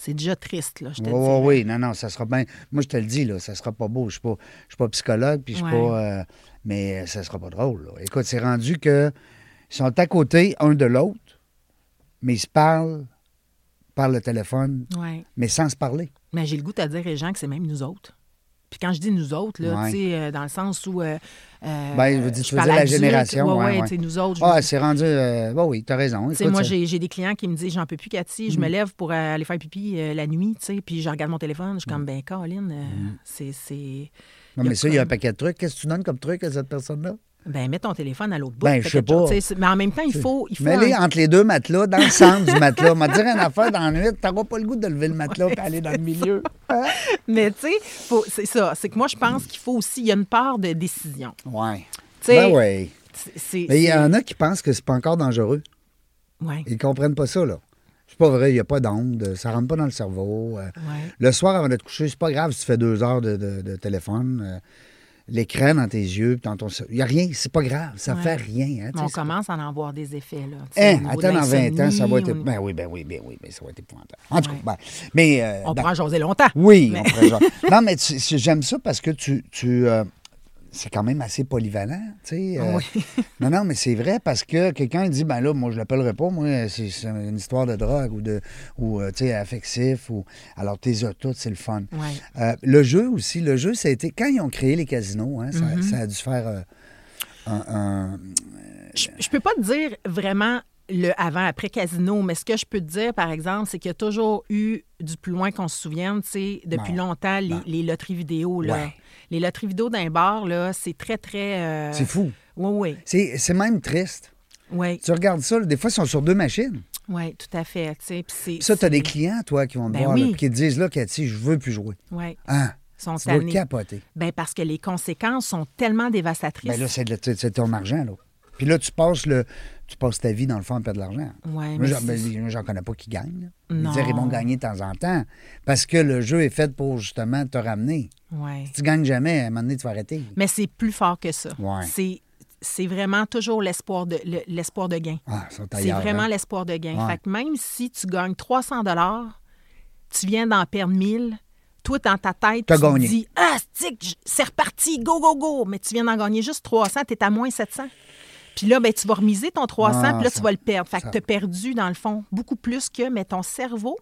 Speaker 2: c'est déjà triste, là, je
Speaker 1: Oui,
Speaker 2: te dis.
Speaker 1: oui, oui. Non, non, ça sera bien. Moi, je te le dis, là, ça sera pas beau. Je ne suis, pas- je suis pas psychologue, puis je suis
Speaker 2: Ouais.
Speaker 1: pas. euh, mais ça sera pas drôle, là. Écoute, c'est rendu que ils sont à côté, un de l'autre, mais ils se parlent par le téléphone,
Speaker 2: Ouais.
Speaker 1: mais sans se parler.
Speaker 2: Mais j'ai le goût de dire aux gens que c'est même nous autres. Puis quand je dis nous autres, là,
Speaker 1: Ouais.
Speaker 2: tu sais, euh, dans le sens où. euh, euh,
Speaker 1: Ben, vous dites-
Speaker 2: je
Speaker 1: tu veux
Speaker 2: parle
Speaker 1: dire la
Speaker 2: adulte,
Speaker 1: génération,
Speaker 2: ouais,
Speaker 1: ouais,
Speaker 2: ouais,
Speaker 1: ouais.
Speaker 2: tu sais, nous autres. je
Speaker 1: Ah, c'est rendu. euh, bah oui, tu as raison.
Speaker 2: Tu sais,
Speaker 1: Écoute,
Speaker 2: moi,
Speaker 1: ça- Mm.
Speaker 2: j'ai j'ai des clients qui me disent J'en peux plus, Cathy, je me lève pour euh, aller faire pipi euh, la nuit, tu sais, puis je regarde mon téléphone, je suis comme Ben, Caroline, c'est. c'est-
Speaker 1: Mm. Non,
Speaker 2: il y a
Speaker 1: mais ça, il y a un
Speaker 2: comme-
Speaker 1: paquet de trucs. Qu'est-ce que tu donnes comme truc à cette personne-là?
Speaker 2: Ben, mets ton téléphone à l'autre bout.
Speaker 1: Ben, je
Speaker 2: fais
Speaker 1: sais
Speaker 2: quelque chose,
Speaker 1: pas.
Speaker 2: tu sais, Mais en même temps, il faut. Il faut
Speaker 1: Mets-les
Speaker 2: un-
Speaker 1: entre les deux matelas, dans le centre du matelas. m'a dire une affaire dans la nuit, t'auras pas le goût de lever le matelas et aller dans le milieu.
Speaker 2: Mais tu sais, faut- c'est ça. C'est que moi, je pense qu'il faut aussi. Il y a une part de décision.
Speaker 1: Ouais.
Speaker 2: Tu sais,
Speaker 1: Ben oui.
Speaker 2: c'est- c'est-
Speaker 1: Mais il y
Speaker 2: c'est-
Speaker 1: en a qui pensent que c'est pas encore dangereux.
Speaker 2: Ouais.
Speaker 1: Ils comprennent pas ça, là. C'est pas vrai, il n'y a pas d'onde, ça rentre pas dans le cerveau. euh.
Speaker 2: Ouais.
Speaker 1: Le soir avant de te coucher, c'est pas grave si tu fais deux heures de, de- de téléphone. euh, L'écran dans tes yeux, puis dans ton cerveau. Il n'y a rien, c'est pas grave, ça
Speaker 2: Ouais.
Speaker 1: fait rien. hein, tu sais,
Speaker 2: On
Speaker 1: c'est-
Speaker 2: commence à en avoir des effets, là. tu sais,
Speaker 1: Hein,
Speaker 2: au niveau de
Speaker 1: attends, dans 20 ans, ça va être.
Speaker 2: l'insomnie, au-
Speaker 1: Ben oui, ben oui, ben oui, ben ça va être épouvantable. En tout cas, ben, mais. euh,
Speaker 2: On
Speaker 1: dans-
Speaker 2: pourra en jaser longtemps.
Speaker 1: Oui,
Speaker 2: Mais-
Speaker 1: on pourrait genre- Non, mais tu- tu- j'aime ça parce que tu. tu, euh, c'est quand même assez polyvalent, tu sais. euh,
Speaker 2: Oui.
Speaker 1: Non, non, mais c'est vrai parce que quelqu'un dit, ben là, moi, je l'appellerai pas, moi, c'est c'est une histoire de drogue ou de. ou, euh, tu sais, affectif. ou Alors, tes autos, c'est le fun.
Speaker 2: Ouais.
Speaker 1: Euh, le jeu aussi, le jeu, ça a été. Quand ils ont créé les casinos, hein, ça,
Speaker 2: Mm-hmm.
Speaker 1: ça a dû faire euh, un- un,
Speaker 2: Je, je peux pas te dire vraiment le avant-après casino, mais ce que je peux te dire, par exemple, c'est qu'il y a toujours eu, du plus loin qu'on se souvienne, tu sais, depuis
Speaker 1: Bon.
Speaker 2: longtemps, les, les loteries vidéo. Là.
Speaker 1: Ouais.
Speaker 2: Les loteries vidéo d'un bar, là, c'est très, très... euh,
Speaker 1: C'est fou.
Speaker 2: Oui, oui,
Speaker 1: C'est c'est même triste.
Speaker 2: oui,
Speaker 1: Tu regardes ça, là, des fois, ils sont sur deux machines.
Speaker 2: oui, tout à fait. tu sais, puis c'est-
Speaker 1: Puis ça, tu as
Speaker 2: c'est-
Speaker 1: des clients, toi, qui vont te
Speaker 2: Ben
Speaker 1: voir,
Speaker 2: oui.
Speaker 1: là, puis qui te disent, là, Cathy, je veux plus jouer.
Speaker 2: Ouais.
Speaker 1: Hein?
Speaker 2: Ils sont
Speaker 1: Tu dois
Speaker 2: tannés.
Speaker 1: capoter.
Speaker 2: Ben, parce que les conséquences sont tellement dévastatrices.
Speaker 1: Ben là, c'est de la- c'est c'est ton argent, là. Puis là, tu passes, le, tu passes ta vie, dans le fond, à perdre de l'argent.
Speaker 2: Ouais,
Speaker 1: Moi,
Speaker 2: mais
Speaker 1: j'en
Speaker 2: c'est-
Speaker 1: ben, moi, j'en connais pas qui gagnent. là.
Speaker 2: Non.
Speaker 1: Ils disent, ils vont gagner de temps en temps. Parce que le jeu est fait pour, justement, te ramener.
Speaker 2: Ouais.
Speaker 1: Si tu gagnes jamais, à un moment donné, tu vas arrêter.
Speaker 2: Mais c'est plus fort que ça.
Speaker 1: Ouais.
Speaker 2: C'est, c'est vraiment toujours l'espoir de, le- l'espoir de gain.
Speaker 1: Ah, ils sont
Speaker 2: C'est
Speaker 1: ailleurs,
Speaker 2: vraiment
Speaker 1: hein.
Speaker 2: l'espoir de gain.
Speaker 1: Ouais.
Speaker 2: Fait que même si tu gagnes 300 dollars, tu viens d'en perdre 1000, toi, dans ta tête,
Speaker 1: T'as
Speaker 2: tu te
Speaker 1: gagné.
Speaker 2: dis « Ah, stick, j- c'est reparti, go, go, go! » Mais tu viens d'en gagner juste 300, t'es à moins 700. Puis là, ben, tu vas remiser ton 300,
Speaker 1: Ah,
Speaker 2: puis là,
Speaker 1: ça-
Speaker 2: tu vas le perdre. Fait
Speaker 1: ça-
Speaker 2: que t'as perdu, dans le fond, beaucoup plus que, mais ton cerveau,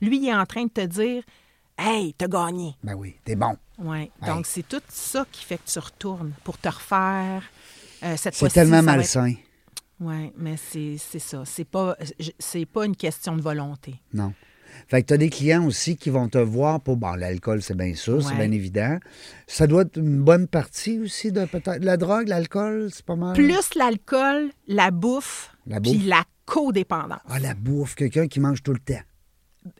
Speaker 2: lui, il est en train de te dire « Hey, t'as gagné.
Speaker 1: Ben oui, t'es bon.
Speaker 2: Oui. Donc, c'est tout ça qui fait que tu retournes pour te refaire. Euh, cette
Speaker 1: C'est
Speaker 2: fois-ci,
Speaker 1: tellement
Speaker 2: ça va être-
Speaker 1: malsain.
Speaker 2: Oui, mais c'est c'est ça. C'est pas, je- c'est pas une question de volonté.
Speaker 1: Non. Fait que tu as des clients aussi qui vont te voir pour. Bon, l'alcool, c'est bien sûr, c'est
Speaker 2: Ouais.
Speaker 1: bien évident. Ça doit être une bonne partie aussi de peut-être. La drogue, l'alcool, c'est pas mal.
Speaker 2: Plus l'alcool, la bouffe,
Speaker 1: La
Speaker 2: puis
Speaker 1: bouffe.
Speaker 2: la codépendance.
Speaker 1: Ah, la bouffe, quelqu'un qui mange tout le temps.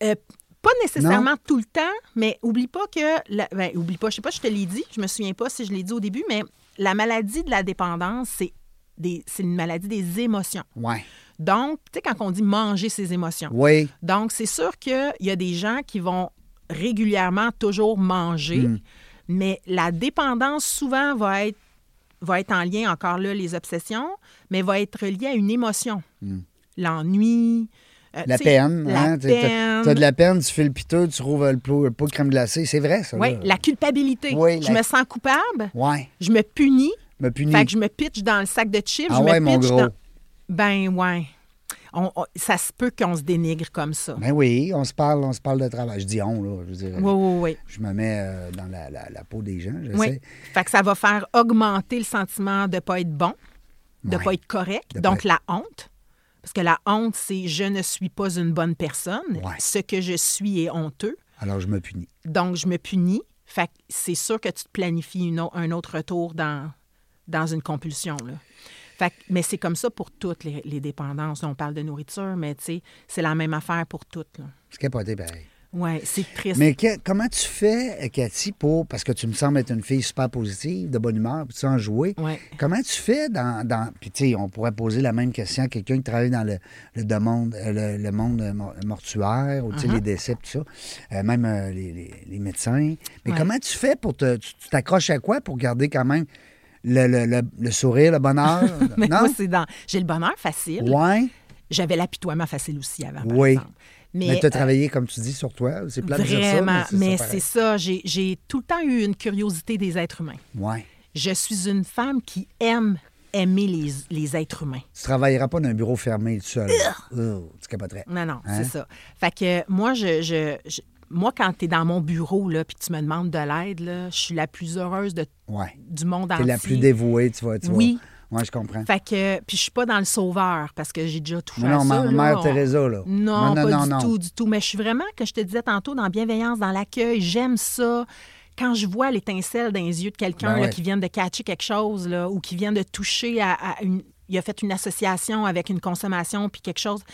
Speaker 2: Euh, pas nécessairement tout le temps, mais oublie pas que. la- ben, oublie pas, je sais pas, je te l'ai dit, je me souviens pas si je l'ai dit au début, mais la maladie de la dépendance, c'est des- c'est une maladie des émotions.
Speaker 1: Ouais.
Speaker 2: Donc, tu sais, quand on dit manger ses émotions.
Speaker 1: Oui.
Speaker 2: Donc, c'est sûr qu'il y a des gens qui vont régulièrement toujours manger,
Speaker 1: Hmm.
Speaker 2: mais la dépendance souvent va être, va être en lien, encore là, les obsessions, mais va être liée à une émotion. L'ennui. euh,
Speaker 1: Hmm. La
Speaker 2: tu sais,
Speaker 1: peine.
Speaker 2: La
Speaker 1: hein? Tu
Speaker 2: peine.
Speaker 1: as de la peine, tu fais le piteux, tu trouves le pot, le pot de crème glacée. C'est vrai, ça.
Speaker 2: Ouais,
Speaker 1: là.
Speaker 2: la culpabilité.
Speaker 1: Oui,
Speaker 2: je
Speaker 1: la-
Speaker 2: me sens coupable,
Speaker 1: Ouais.
Speaker 2: je me punis,
Speaker 1: Me punis.
Speaker 2: fait que je me pitche dans le sac de chips,
Speaker 1: Ah
Speaker 2: je
Speaker 1: ouais,
Speaker 2: me
Speaker 1: mon
Speaker 2: pitche
Speaker 1: gros.
Speaker 2: dans- Ben ouais. On- on- ça se peut qu'on se dénigre comme ça.
Speaker 1: Ben oui, on se parle, on se parle de travail. Je dis on, là. Je, veux dire,
Speaker 2: Oui, oui, oui.
Speaker 1: je me mets euh, dans la, la- la peau des gens. Je
Speaker 2: Oui.
Speaker 1: sais.
Speaker 2: Fait que ça va faire augmenter le sentiment de ne pas être bon, de ne
Speaker 1: Ouais.
Speaker 2: pas être correct.
Speaker 1: De
Speaker 2: donc,
Speaker 1: pas
Speaker 2: la honte. Parce que la honte, c'est je ne suis pas une bonne personne.
Speaker 1: Ouais.
Speaker 2: Ce que je suis est honteux.
Speaker 1: Alors, je me punis.
Speaker 2: Donc, je me punis. Fait que c'est sûr que tu te planifies une au- un autre retour dans, dans une compulsion. là. Fait que- mais c'est comme ça pour toutes les, les dépendances. On parle de nourriture, mais tu sais, c'est la même affaire pour toutes.
Speaker 1: C'est capoté, pareil.
Speaker 2: Oui, c'est triste.
Speaker 1: Mais que- comment tu fais, euh, Cathy, pour. Parce que tu me sembles être une fille super positive, de bonne humeur, puis sans jouer.
Speaker 2: Ouais.
Speaker 1: Comment tu fais dans. dans puis, tu sais, on pourrait poser la même question à quelqu'un qui travaille dans le, le domaine- euh, le, le monde euh, mor- mortuaire, ou tu
Speaker 2: Uh-huh.
Speaker 1: sais, les décès, puis tout ça, euh, même euh, les, les- les médecins. Mais
Speaker 2: Ouais.
Speaker 1: comment tu fais pour te. Tu tu t'accroches à quoi pour garder quand même le, le- le- le sourire, le bonheur?
Speaker 2: Mais
Speaker 1: non?
Speaker 2: moi, c'est dans. J'ai le bonheur facile.
Speaker 1: Ouais.
Speaker 2: J'avais l'apitoiement facile aussi avant. par
Speaker 1: Oui.
Speaker 2: exemple.
Speaker 1: Mais,
Speaker 2: Mais,
Speaker 1: tu as
Speaker 2: euh,
Speaker 1: travaillé, comme tu dis, sur toi. C'est plat de dire ça,
Speaker 2: vraiment, mais
Speaker 1: ça
Speaker 2: c'est
Speaker 1: pareil.
Speaker 2: ça. J'ai- J'ai tout le temps eu une curiosité des êtres humains.
Speaker 1: Ouais.
Speaker 2: Je suis une femme qui aime aimer les, les êtres humains.
Speaker 1: Tu travailleras pas dans un bureau fermé tout seul. Oh, tu capoterais.
Speaker 2: Non, non,
Speaker 1: Hein?
Speaker 2: c'est ça. Fait que moi, je, je- je- moi quand tu es dans mon bureau là, puis que tu me demandes de l'aide, là, je suis la plus heureuse de,
Speaker 1: Ouais.
Speaker 2: du monde
Speaker 1: T'es
Speaker 2: entier.
Speaker 1: la plus dévouée, tu vois. Tu
Speaker 2: Oui.
Speaker 1: Vois. Ouais, je comprends.
Speaker 2: Fait que, puis je suis pas dans le sauveur parce que j'ai déjà touché
Speaker 1: Non, non,
Speaker 2: à ça.
Speaker 1: ma-
Speaker 2: là.
Speaker 1: Mère
Speaker 2: On-
Speaker 1: Teresa, là. Non, non,
Speaker 2: Non, pas
Speaker 1: non,
Speaker 2: du
Speaker 1: non.
Speaker 2: tout, du tout. Mais je suis vraiment, que je te disais tantôt, dans bienveillance, dans l'accueil, j'aime ça. Quand je vois l'étincelle dans les yeux de quelqu'un
Speaker 1: Ben
Speaker 2: là,
Speaker 1: ouais.
Speaker 2: qui vient de catcher quelque chose là, ou qui vient de toucher à, à une... Il a fait une association avec une consommation puis quelque chose.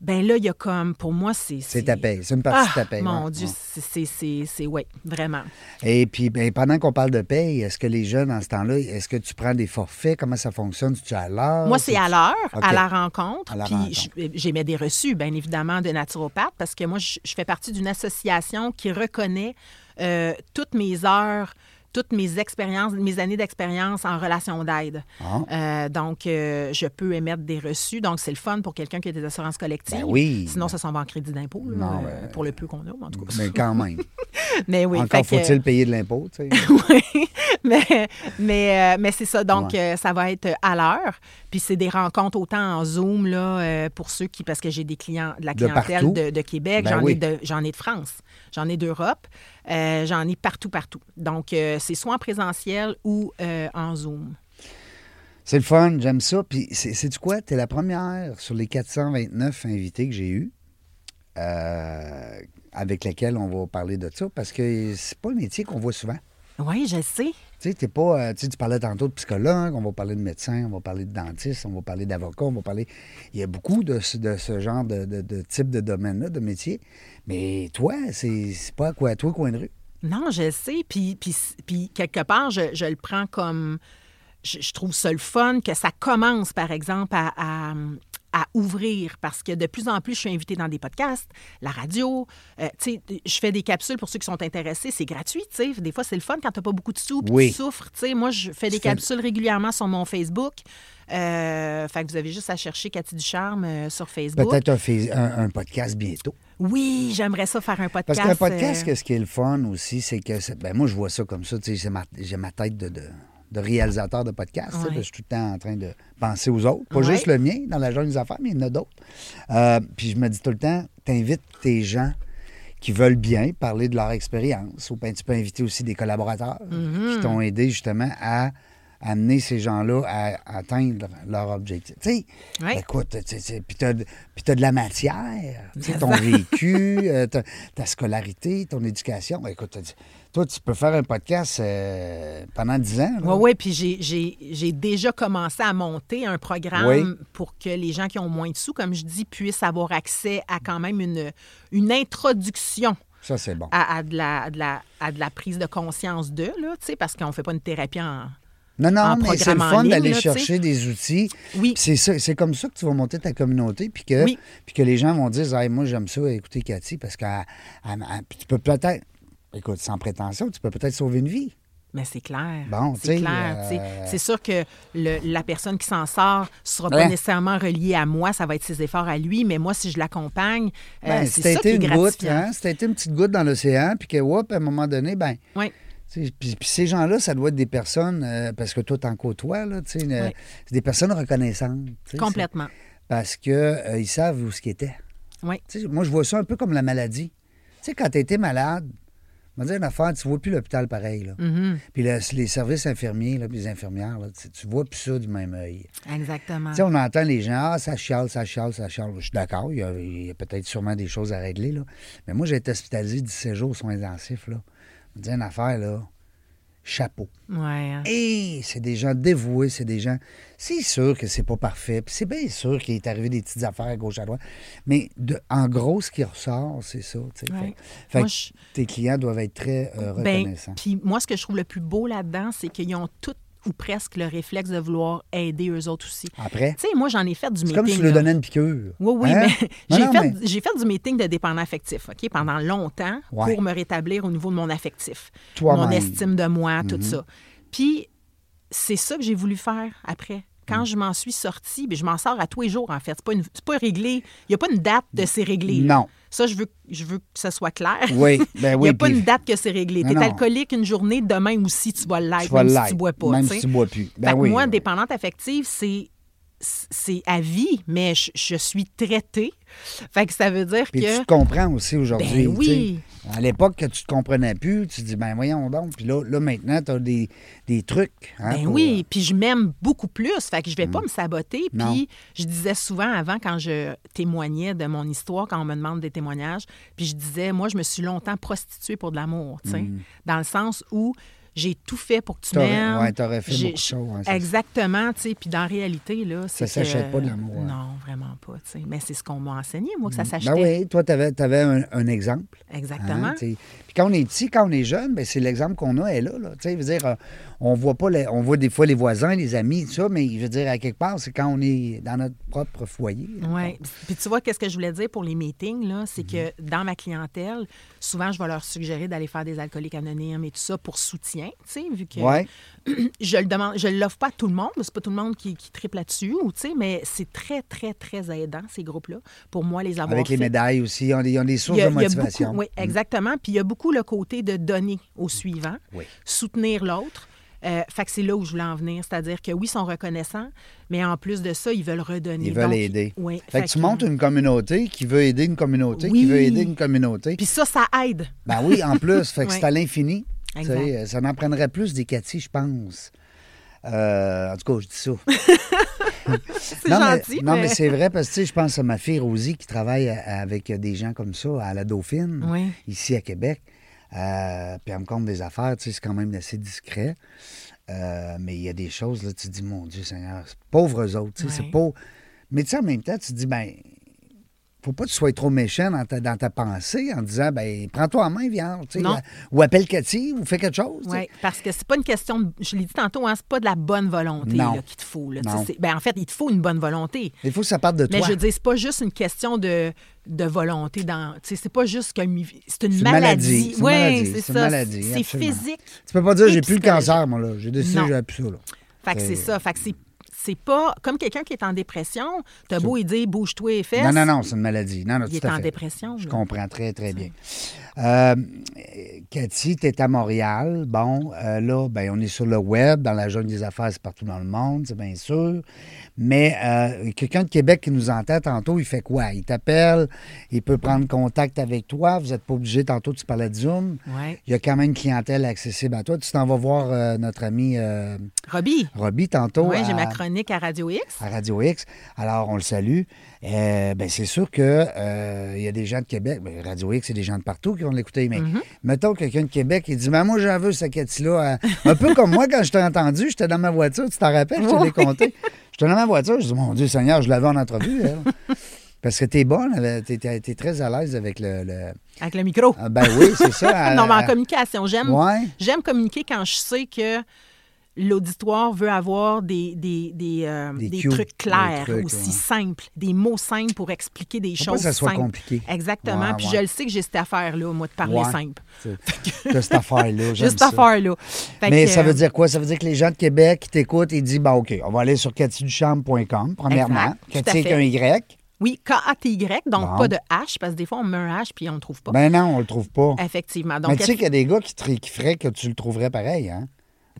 Speaker 2: Ben là, il y a comme... Pour moi, c'est...
Speaker 1: C'est ta paye. C'est une partie de ta
Speaker 2: Ah,
Speaker 1: paye.
Speaker 2: mon
Speaker 1: ouais,
Speaker 2: Dieu,
Speaker 1: ouais.
Speaker 2: c'est- c'est... c'est- c'est- Ouais, vraiment.
Speaker 1: Et puis, ben, pendant qu'on parle de paye, est-ce que les jeunes, en ce temps-là, est-ce que tu prends des forfaits? Comment ça fonctionne? Tu es à l'heure?
Speaker 2: Moi, c'est à l'heure,
Speaker 1: Ah, OK.
Speaker 2: à la rencontre.
Speaker 1: À la
Speaker 2: puis
Speaker 1: rencontre.
Speaker 2: j- j'émets des reçus, bien évidemment, de naturopathes, parce que moi, je je fais partie d'une association qui reconnaît euh, toutes mes heures, toutes mes expériences, mes années d'expérience en relation d'aide.
Speaker 1: Ah.
Speaker 2: Euh, donc, euh, je peux émettre des reçus. Donc, c'est le fun pour quelqu'un qui a des assurances collectives.
Speaker 1: Ben oui.
Speaker 2: Sinon, ça s'en va en crédit d'impôt, là,
Speaker 1: Non,
Speaker 2: euh,
Speaker 1: ben,
Speaker 2: pour le peu qu'on a, mais en tout cas.
Speaker 1: Mais Ben, quand même.
Speaker 2: Mais oui, fait
Speaker 1: Encore
Speaker 2: que-
Speaker 1: faut-il payer de l'impôt, tu sais.
Speaker 2: oui, mais, mais, euh, mais c'est ça. Donc,
Speaker 1: Ouais.
Speaker 2: euh, ça va être à l'heure. Puis, c'est des rencontres autant en Zoom, là, euh, pour ceux qui, parce que j'ai des clients, de la
Speaker 1: De
Speaker 2: clientèle
Speaker 1: partout.
Speaker 2: de, de Québec,
Speaker 1: Ben
Speaker 2: j'en,
Speaker 1: oui.
Speaker 2: ai de, j'en ai de France, j'en ai d'Europe, euh, j'en ai partout, partout. Donc, euh, c'est soit en présentiel ou euh, en Zoom.
Speaker 1: C'est le fun, j'aime ça. Puis, c'est du quoi? T'es la première sur les 429 invités que j'ai eus euh, avec laquelle on va parler de ça parce que c'est pas le métier qu'on voit souvent.
Speaker 2: Oui, je sais.
Speaker 1: Tu sais, t'es pas. euh, tu sais, tu parlais tantôt de psychologue, on va parler de médecin, on va parler de dentiste, on va parler d'avocat, on va parler. Il y a beaucoup de, ce- de ce genre de, de- de type de domaine-là, de métier. Mais toi, c'est c'est pas à quoi à toi, coin de rue.
Speaker 2: Non, je sais. Puis, puis, puis quelque part, je, je le prends comme. Je, je trouve ça le fun que ça commence, par exemple, à, à- à ouvrir parce que de plus en plus, je suis invitée dans des podcasts, la radio. euh, tu sais, je fais des capsules pour ceux qui sont intéressés. C'est gratuit, tu sais. Des fois, c'est le fun quand t'as pas beaucoup de sous puis
Speaker 1: Oui.
Speaker 2: tu souffres. Tu sais, moi, je fais des
Speaker 1: fais-
Speaker 2: capsules régulièrement sur mon Facebook. Euh, fait que vous avez juste à chercher Cathy Ducharme euh, sur Facebook.
Speaker 1: Peut-être un, fais- un- un podcast bientôt.
Speaker 2: Oui, j'aimerais ça faire un
Speaker 1: Parce
Speaker 2: podcast.
Speaker 1: qu'un podcast,
Speaker 2: euh,
Speaker 1: que ce qui est le fun aussi, c'est que. c'est- Ben moi, je vois ça comme ça. Tu sais, c'est ma- j'ai ma tête de, de- de réalisateur de podcast. tu sais,
Speaker 2: Ouais.
Speaker 1: parce que Je suis tout le temps en train de penser aux autres. Pas
Speaker 2: Ouais.
Speaker 1: juste le mien dans la jeune des affaires, mais il y en a d'autres. Euh, puis je me dis tout le temps, t'invites tes gens qui veulent bien parler de leur expérience. Ou ben, tu peux inviter aussi des collaborateurs
Speaker 2: Mm-hmm.
Speaker 1: qui t'ont aidé justement à amener ces gens-là à atteindre leur objectif. Tu sais,
Speaker 2: Ouais.
Speaker 1: écoute, tu sais, puis t'as de- puis t'as de la matière, tu sais, ton vécu, euh, ta, ta scolarité, ton éducation. Ben, écoute, t'as- toi, tu peux faire un podcast euh, pendant 10 ans. là.
Speaker 2: Oui, oui, puis j'ai- j'ai j'ai déjà commencé à monter un programme
Speaker 1: Oui.
Speaker 2: pour que les gens qui ont moins de sous, comme je dis, puissent avoir accès à quand même une, une introduction
Speaker 1: Ça, c'est bon.
Speaker 2: à, à de la, à de la, à de la prise de conscience d'eux, là, tu sais, parce qu'on ne fait pas une thérapie en...
Speaker 1: Non, non,
Speaker 2: en
Speaker 1: mais c'est le
Speaker 2: programme en
Speaker 1: fun
Speaker 2: ligne,
Speaker 1: d'aller
Speaker 2: là, tu sais.
Speaker 1: chercher des outils. Puis
Speaker 2: Oui.
Speaker 1: C'est ça- c'est comme ça que tu vas monter ta communauté, puis que,
Speaker 2: Oui.
Speaker 1: puis que les gens vont dire Hey, Moi, j'aime ça, écouter Cathy, parce que elle- elle- elle- puis tu peux peut-être, écoute, sans prétention, tu peux peut-être sauver une vie.
Speaker 2: Mais c'est clair.
Speaker 1: Bon, tu sais,
Speaker 2: c'est clair. tu sais.
Speaker 1: euh,
Speaker 2: C'est sûr que le- la personne qui s'en sort sera
Speaker 1: Ouais.
Speaker 2: pas nécessairement reliée à moi, ça va être ses efforts à lui, mais moi, si je l'accompagne, euh,
Speaker 1: Ben, si t'as
Speaker 2: c'est ça qui
Speaker 1: été
Speaker 2: est
Speaker 1: une goutte,
Speaker 2: gratifiant.
Speaker 1: hein, si t'as été une petite goutte dans l'océan, puis que, hop, à un moment donné, ben,
Speaker 2: Oui.
Speaker 1: Tu sais, Puis, puis ces gens-là, ça doit être des personnes, euh, parce que toi, t'en côtoies, là, tu sais, euh,
Speaker 2: Oui.
Speaker 1: c'est des personnes reconnaissantes. tu sais,
Speaker 2: Complètement.
Speaker 1: c'est- Parce qu'ils savent où ce qu'ils étaient.
Speaker 2: Oui.
Speaker 1: Tu sais, moi, je vois ça un peu comme la maladie. Tu sais, quand tu été malade, on va dire une affaire, tu vois plus l'hôpital pareil. Là. Puis le- les services infirmiers, là, puis les infirmières, là, tu sais, tu vois plus ça du même œil.
Speaker 2: Ah. Exactement.
Speaker 1: Tu sais, on entend les gens, ah, ça chiale, ça chiale, ça chiale. Je suis d'accord, il y a, il y a peut-être sûrement des choses à régler, là. Mais moi, j'ai été hospitalisé 17 jours aux soins intensifs, là. Je me disais une affaire, là, chapeau.
Speaker 2: Ouais, hein.
Speaker 1: Et c'est des gens dévoués, c'est des gens. C'est sûr que c'est pas parfait, puis c'est bien sûr qu'il est arrivé des petites affaires à gauche à droite. Mais de, en gros, ce qui ressort, c'est ça. tu sais.
Speaker 2: Ouais.
Speaker 1: Fait- Fait,
Speaker 2: Moi,
Speaker 1: que
Speaker 2: je-
Speaker 1: tes clients doivent être très euh,
Speaker 2: Ben,
Speaker 1: reconnaissants.
Speaker 2: puis moi, ce que je trouve le plus beau là-dedans, c'est qu'ils ont tout ou presque le réflexe de vouloir aider eux autres aussi.
Speaker 1: Après,
Speaker 2: Tu sais, moi, j'en ai fait du
Speaker 1: c'est
Speaker 2: meeting.
Speaker 1: comme si tu leur
Speaker 2: là.
Speaker 1: donnais une piqûre.
Speaker 2: Oui, oui,
Speaker 1: Hein?
Speaker 2: mais
Speaker 1: Non,
Speaker 2: j'ai
Speaker 1: non,
Speaker 2: fait,
Speaker 1: mais-
Speaker 2: j'ai fait du meeting de dépendant affectif, OK, pendant longtemps
Speaker 1: Ouais.
Speaker 2: pour me rétablir au niveau de mon affectif,
Speaker 1: Toi-même. Mm-hmm.
Speaker 2: mon estime de moi, tout ça. Puis c'est ça que j'ai voulu faire après. Quand
Speaker 1: Mm.
Speaker 2: je m'en suis sortie, bien, je m'en sors à tous les jours, en fait. C'est pas, une- c'est pas réglé. Il n'y a pas une date de c'est réglé. là.
Speaker 1: Non.
Speaker 2: Ça, je veux, je veux que ça soit clair.
Speaker 1: Oui, ben
Speaker 2: Il
Speaker 1: oui,
Speaker 2: n'y a pas
Speaker 1: puis-
Speaker 2: une date que c'est réglé.
Speaker 1: Non,
Speaker 2: Tu es
Speaker 1: non.
Speaker 2: alcoolique une journée, demain aussi, tu vas l'être,
Speaker 1: Tu vas
Speaker 2: même si
Speaker 1: l'être,
Speaker 2: tu bois pas.
Speaker 1: même
Speaker 2: sais.
Speaker 1: si tu bois plus. Ben
Speaker 2: Fait que
Speaker 1: oui,
Speaker 2: moi,
Speaker 1: oui.
Speaker 2: dépendante affective, c'est c'est à vie, mais je, je suis traitée. Fait que ça veut dire
Speaker 1: Puis
Speaker 2: que
Speaker 1: tu te comprends aussi aujourd'hui.
Speaker 2: Ben
Speaker 1: tu sais.
Speaker 2: oui.
Speaker 1: À l'époque que tu te comprenais plus, tu te dis, ben voyons donc. Puis là, là maintenant, tu as des, des trucs. hein,
Speaker 2: Ben
Speaker 1: pour- Mm.
Speaker 2: oui, puis je m'aime beaucoup plus, fait que je vais pas me saboter.
Speaker 1: Non.
Speaker 2: Puis je disais souvent avant, quand je témoignais de mon histoire, quand on me demande des témoignages, puis je disais, moi, je me suis longtemps prostituée pour de l'amour, tu sais, dans le sens où j'ai tout fait pour que tu
Speaker 1: Mm. T'aurais-
Speaker 2: m'aimes.
Speaker 1: ouais, t'aurais fait
Speaker 2: J'ai-
Speaker 1: beaucoup de choses, hein, ça.
Speaker 2: exactement, tu sais, puis dans la réalité, là, c'est
Speaker 1: Ça
Speaker 2: que-
Speaker 1: s'achète pas, de l'amour, hein.
Speaker 2: Non, vraiment pas, tu sais. Mais c'est ce qu'on m'a enseigné, moi, que ça s'achetait.
Speaker 1: Ben oui, toi, tu avais, un, un exemple.
Speaker 2: Exactement.
Speaker 1: Hein, tu sais. Puis quand on est petit, quand on est jeune, ben c'est l'exemple qu'on a, elle là. là. Tu sais, je veux dire, euh, on voit pas les- on voit des fois les voisins, les amis, tout ça, mais je veux dire, à quelque part, c'est quand on est dans notre propre foyer.
Speaker 2: Oui. Puis tu vois, qu'est-ce que je voulais dire pour les meetings, là, c'est
Speaker 1: Mm-hmm.
Speaker 2: que dans ma clientèle, souvent, je vais leur suggérer d'aller faire des alcooliques anonymes et tout ça pour soutien, tu sais, vu que
Speaker 1: Ouais.
Speaker 2: je le demande, je l'offre pas à tout le monde, c'est pas tout le monde qui, qui triple là-dessus, ou tu sais, mais c'est très, très, très aidant, ces groupes-là, pour moi, les avoir
Speaker 1: Avec les
Speaker 2: fait.
Speaker 1: médailles aussi, on, ils ont des sources
Speaker 2: Il y a-
Speaker 1: de
Speaker 2: il y a
Speaker 1: motivation. Mm.
Speaker 2: beaucoup- oui, exactement. Puis il y a beaucoup le côté de donner au suivant,
Speaker 1: Oui.
Speaker 2: soutenir l'autre. Euh, fait que c'est là où je voulais en venir. C'est-à-dire que oui, ils sont reconnaissants, mais en plus de ça, ils veulent redonner.
Speaker 1: Ils veulent
Speaker 2: Donc,
Speaker 1: aider.
Speaker 2: Oui.
Speaker 1: fait, que tu montes une communauté qui veut aider une communauté, qui
Speaker 2: Oui.
Speaker 1: veut aider une communauté.
Speaker 2: Puis ça, ça aide.
Speaker 1: Ben oui, en plus, fait que c'est
Speaker 2: Ouais.
Speaker 1: à l'infini. Tu
Speaker 2: Exact.
Speaker 1: sais, euh, Ça n'en prendrait plus des Cathy, je pense. Euh, en tout cas, je dis ça.
Speaker 2: C'est
Speaker 1: non, mais-
Speaker 2: gentil,
Speaker 1: non, mais,
Speaker 2: mais-
Speaker 1: c'est vrai parce que tu sais, je pense à ma fille Rosie qui travaille à- avec des gens comme ça à la Dauphine,
Speaker 2: Oui.
Speaker 1: ici à Québec. Euh, puis elle me compte des affaires, tu sais, c'est quand même assez discret. Euh, mais il y a des choses, là, tu te dis, mon Dieu Seigneur, c'est pauvres eux autres, tu sais,
Speaker 2: Ouais.
Speaker 1: c'est pauvre. Mais tu sais, en même temps, tu te dis, ben, faut pas que tu sois trop méchant dans ta, dans ta pensée en disant, ben, prends-toi en main, viens, tu sais, euh,
Speaker 2: Non.
Speaker 1: ou appelle Cathy, ou fais quelque chose, tu sais.
Speaker 2: Ouais, parce que c'est pas une question, de- je l'ai dit tantôt, hein, c'est pas de la bonne volonté
Speaker 1: Non.
Speaker 2: là, qu'il te faut. là. Tu sais,
Speaker 1: Non.
Speaker 2: c'est- ben, en fait, il te faut une bonne volonté.
Speaker 1: Il faut que ça parte de
Speaker 2: Mais
Speaker 1: toi.
Speaker 2: je veux dire, c'est pas juste une question de, de volonté. dans tu sais, C'est pas juste que c'est une
Speaker 1: C'est une
Speaker 2: maladie.
Speaker 1: maladie, c'est une
Speaker 2: Ouais,
Speaker 1: maladie,
Speaker 2: c'est
Speaker 1: c'est une
Speaker 2: ça.
Speaker 1: maladie,
Speaker 2: c'est
Speaker 1: absolument.
Speaker 2: physique.
Speaker 1: Tu peux pas dire,
Speaker 2: Et
Speaker 1: j'ai plus le
Speaker 2: psychologique.
Speaker 1: cancer, moi, là. J'ai décidé,
Speaker 2: Non.
Speaker 1: j'ai plus ça, là.
Speaker 2: Fait que c'est
Speaker 1: C'est-
Speaker 2: ça. Fait que c'est C'est pas comme quelqu'un qui est en dépression, t'as beau lui dire bouge-toi et fesses.
Speaker 1: Non, non, non, c'est une maladie. Non, non,
Speaker 2: Il
Speaker 1: tout
Speaker 2: est
Speaker 1: à
Speaker 2: en
Speaker 1: fait.
Speaker 2: dépression,
Speaker 1: Je
Speaker 2: là.
Speaker 1: comprends très, très bien. Euh, Cathy, tu es à Montréal. Bon, euh, là, ben, on est sur le web, dans la jungle des affaires, c'est partout dans le monde, c'est bien sûr. Mais euh, quelqu'un de Québec qui nous entend tantôt, il fait quoi? Il t'appelle, il peut prendre contact avec toi. Vous n'êtes pas obligé, tantôt, tu parlais de Zoom.
Speaker 2: Ouais.
Speaker 1: Il y a quand même une clientèle accessible à toi. Tu t'en vas voir euh, notre ami euh,
Speaker 2: Robbie,
Speaker 1: Robbie tantôt.
Speaker 2: ouais, j'ai
Speaker 1: à-
Speaker 2: ma chronique à Radio X.
Speaker 1: à Radio X. Alors, on le salue. Euh, ben, c'est sûr que euh, il y a des gens de Québec. ben, Radio X, c'est des gens de partout qui vont l'écouter. Mais
Speaker 2: Mhm.
Speaker 1: mettons quelqu'un de Québec qui dit Ben, Moi, j'en veux ce Cathy-là. Euh, Un peu comme moi, quand je t'ai entendu, j'étais dans ma voiture. Tu t'en rappelles, je te l'ai compté. J'étais dans ma voiture. Je dis Mon Dieu Seigneur, je l'avais en entrevue. elle. Parce que t'es bonne, elle, t'es, t'es- t'es très à l'aise avec le. le-
Speaker 2: Avec le micro.
Speaker 1: Ah, ben oui, c'est ça.
Speaker 2: non, mais en
Speaker 1: elle-
Speaker 2: communication, j'aime
Speaker 1: Ouais.
Speaker 2: j'aime communiquer quand je sais que l'auditoire veut avoir des, des, des, euh,
Speaker 1: Des
Speaker 2: des
Speaker 1: cues,
Speaker 2: trucs clairs,
Speaker 1: des trucs,
Speaker 2: aussi
Speaker 1: ouais.
Speaker 2: simples, des mots simples pour expliquer des
Speaker 1: Faut pas
Speaker 2: choses
Speaker 1: que ça soit
Speaker 2: simples.
Speaker 1: compliqué.
Speaker 2: Exactement.
Speaker 1: Ouais,
Speaker 2: Puis
Speaker 1: ouais.
Speaker 2: je le sais que j'ai cette affaire-là, moi, de parler
Speaker 1: Ouais.
Speaker 2: simple.
Speaker 1: C'est- t'as cette affaire-là. j'aime
Speaker 2: Juste cette
Speaker 1: ça.
Speaker 2: affaire-là. Fait
Speaker 1: Mais
Speaker 2: que,
Speaker 1: ça
Speaker 2: euh,
Speaker 1: veut dire quoi? Ça veut dire que les gens de Québec qui t'écoutent, ils disent, bah OK, on va aller sur cathyduchamp.com, premièrement.
Speaker 2: Exact, tout à
Speaker 1: Cathy avec
Speaker 2: fait.
Speaker 1: un Y.
Speaker 2: Oui, K-A-T-Y, donc
Speaker 1: Bon.
Speaker 2: pas de H, parce que des fois, on met un H puis on ne le trouve pas.
Speaker 1: Ben non, on le trouve pas.
Speaker 2: Effectivement.
Speaker 1: Mais
Speaker 2: Donc,
Speaker 1: tu sais qu'il y a des gars qui, tri- qui feraient que tu le trouverais pareil, hein?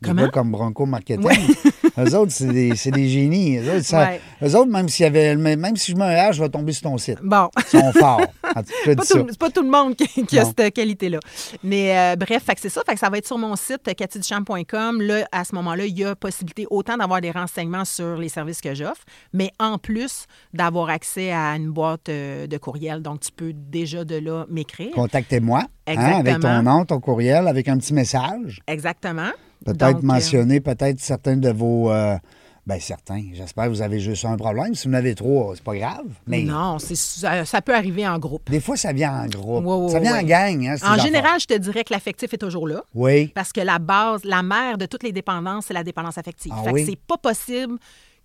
Speaker 1: Des
Speaker 2: Comment?
Speaker 1: gars comme Bronco Marketing. eux autres, c'est des, c'est des génies. Eux autres, ça-
Speaker 2: Ouais.
Speaker 1: eux autres, même, s'il y avait, même si je mets un H, je vais tomber sur ton site.
Speaker 2: bon.
Speaker 1: Ils sont forts. En tout cas,
Speaker 2: Pas
Speaker 1: dis ça.
Speaker 2: tout- C'est pas tout le monde qui, qui a
Speaker 1: Non.
Speaker 2: cette qualité-là. Mais euh, bref, fait que c'est ça. Fait que ça va être sur mon site euh, cathyduchamp.com. Là, à ce moment-là, il y a possibilité autant d'avoir des renseignements sur les services que j'offre, mais en plus d'avoir accès à une boîte euh, de courriel. Donc, tu peux déjà de là m'écrire.
Speaker 1: Contactez-moi. hein, avec ton
Speaker 2: Exactement.
Speaker 1: nom, ton courriel, avec un petit message.
Speaker 2: Exactement.
Speaker 1: Peut-être
Speaker 2: Donc, euh,
Speaker 1: mentionner peut-être certains de vos. euh, ben certains. J'espère que vous avez juste un problème. Si vous en avez trois, c'est pas grave. Mais
Speaker 2: Non, c'est- ça, ça peut arriver en groupe.
Speaker 1: des fois, ça vient en groupe.
Speaker 2: Ouais, ouais,
Speaker 1: ça vient
Speaker 2: ouais.
Speaker 1: en gang. Hein, ces
Speaker 2: En
Speaker 1: affaires.
Speaker 2: général, ben, je te dirais que l'affectif est toujours là.
Speaker 1: Oui.
Speaker 2: Parce que la base, la mère de toutes les dépendances, c'est la dépendance affective.
Speaker 1: Ah
Speaker 2: fait
Speaker 1: oui?
Speaker 2: que c'est pas possible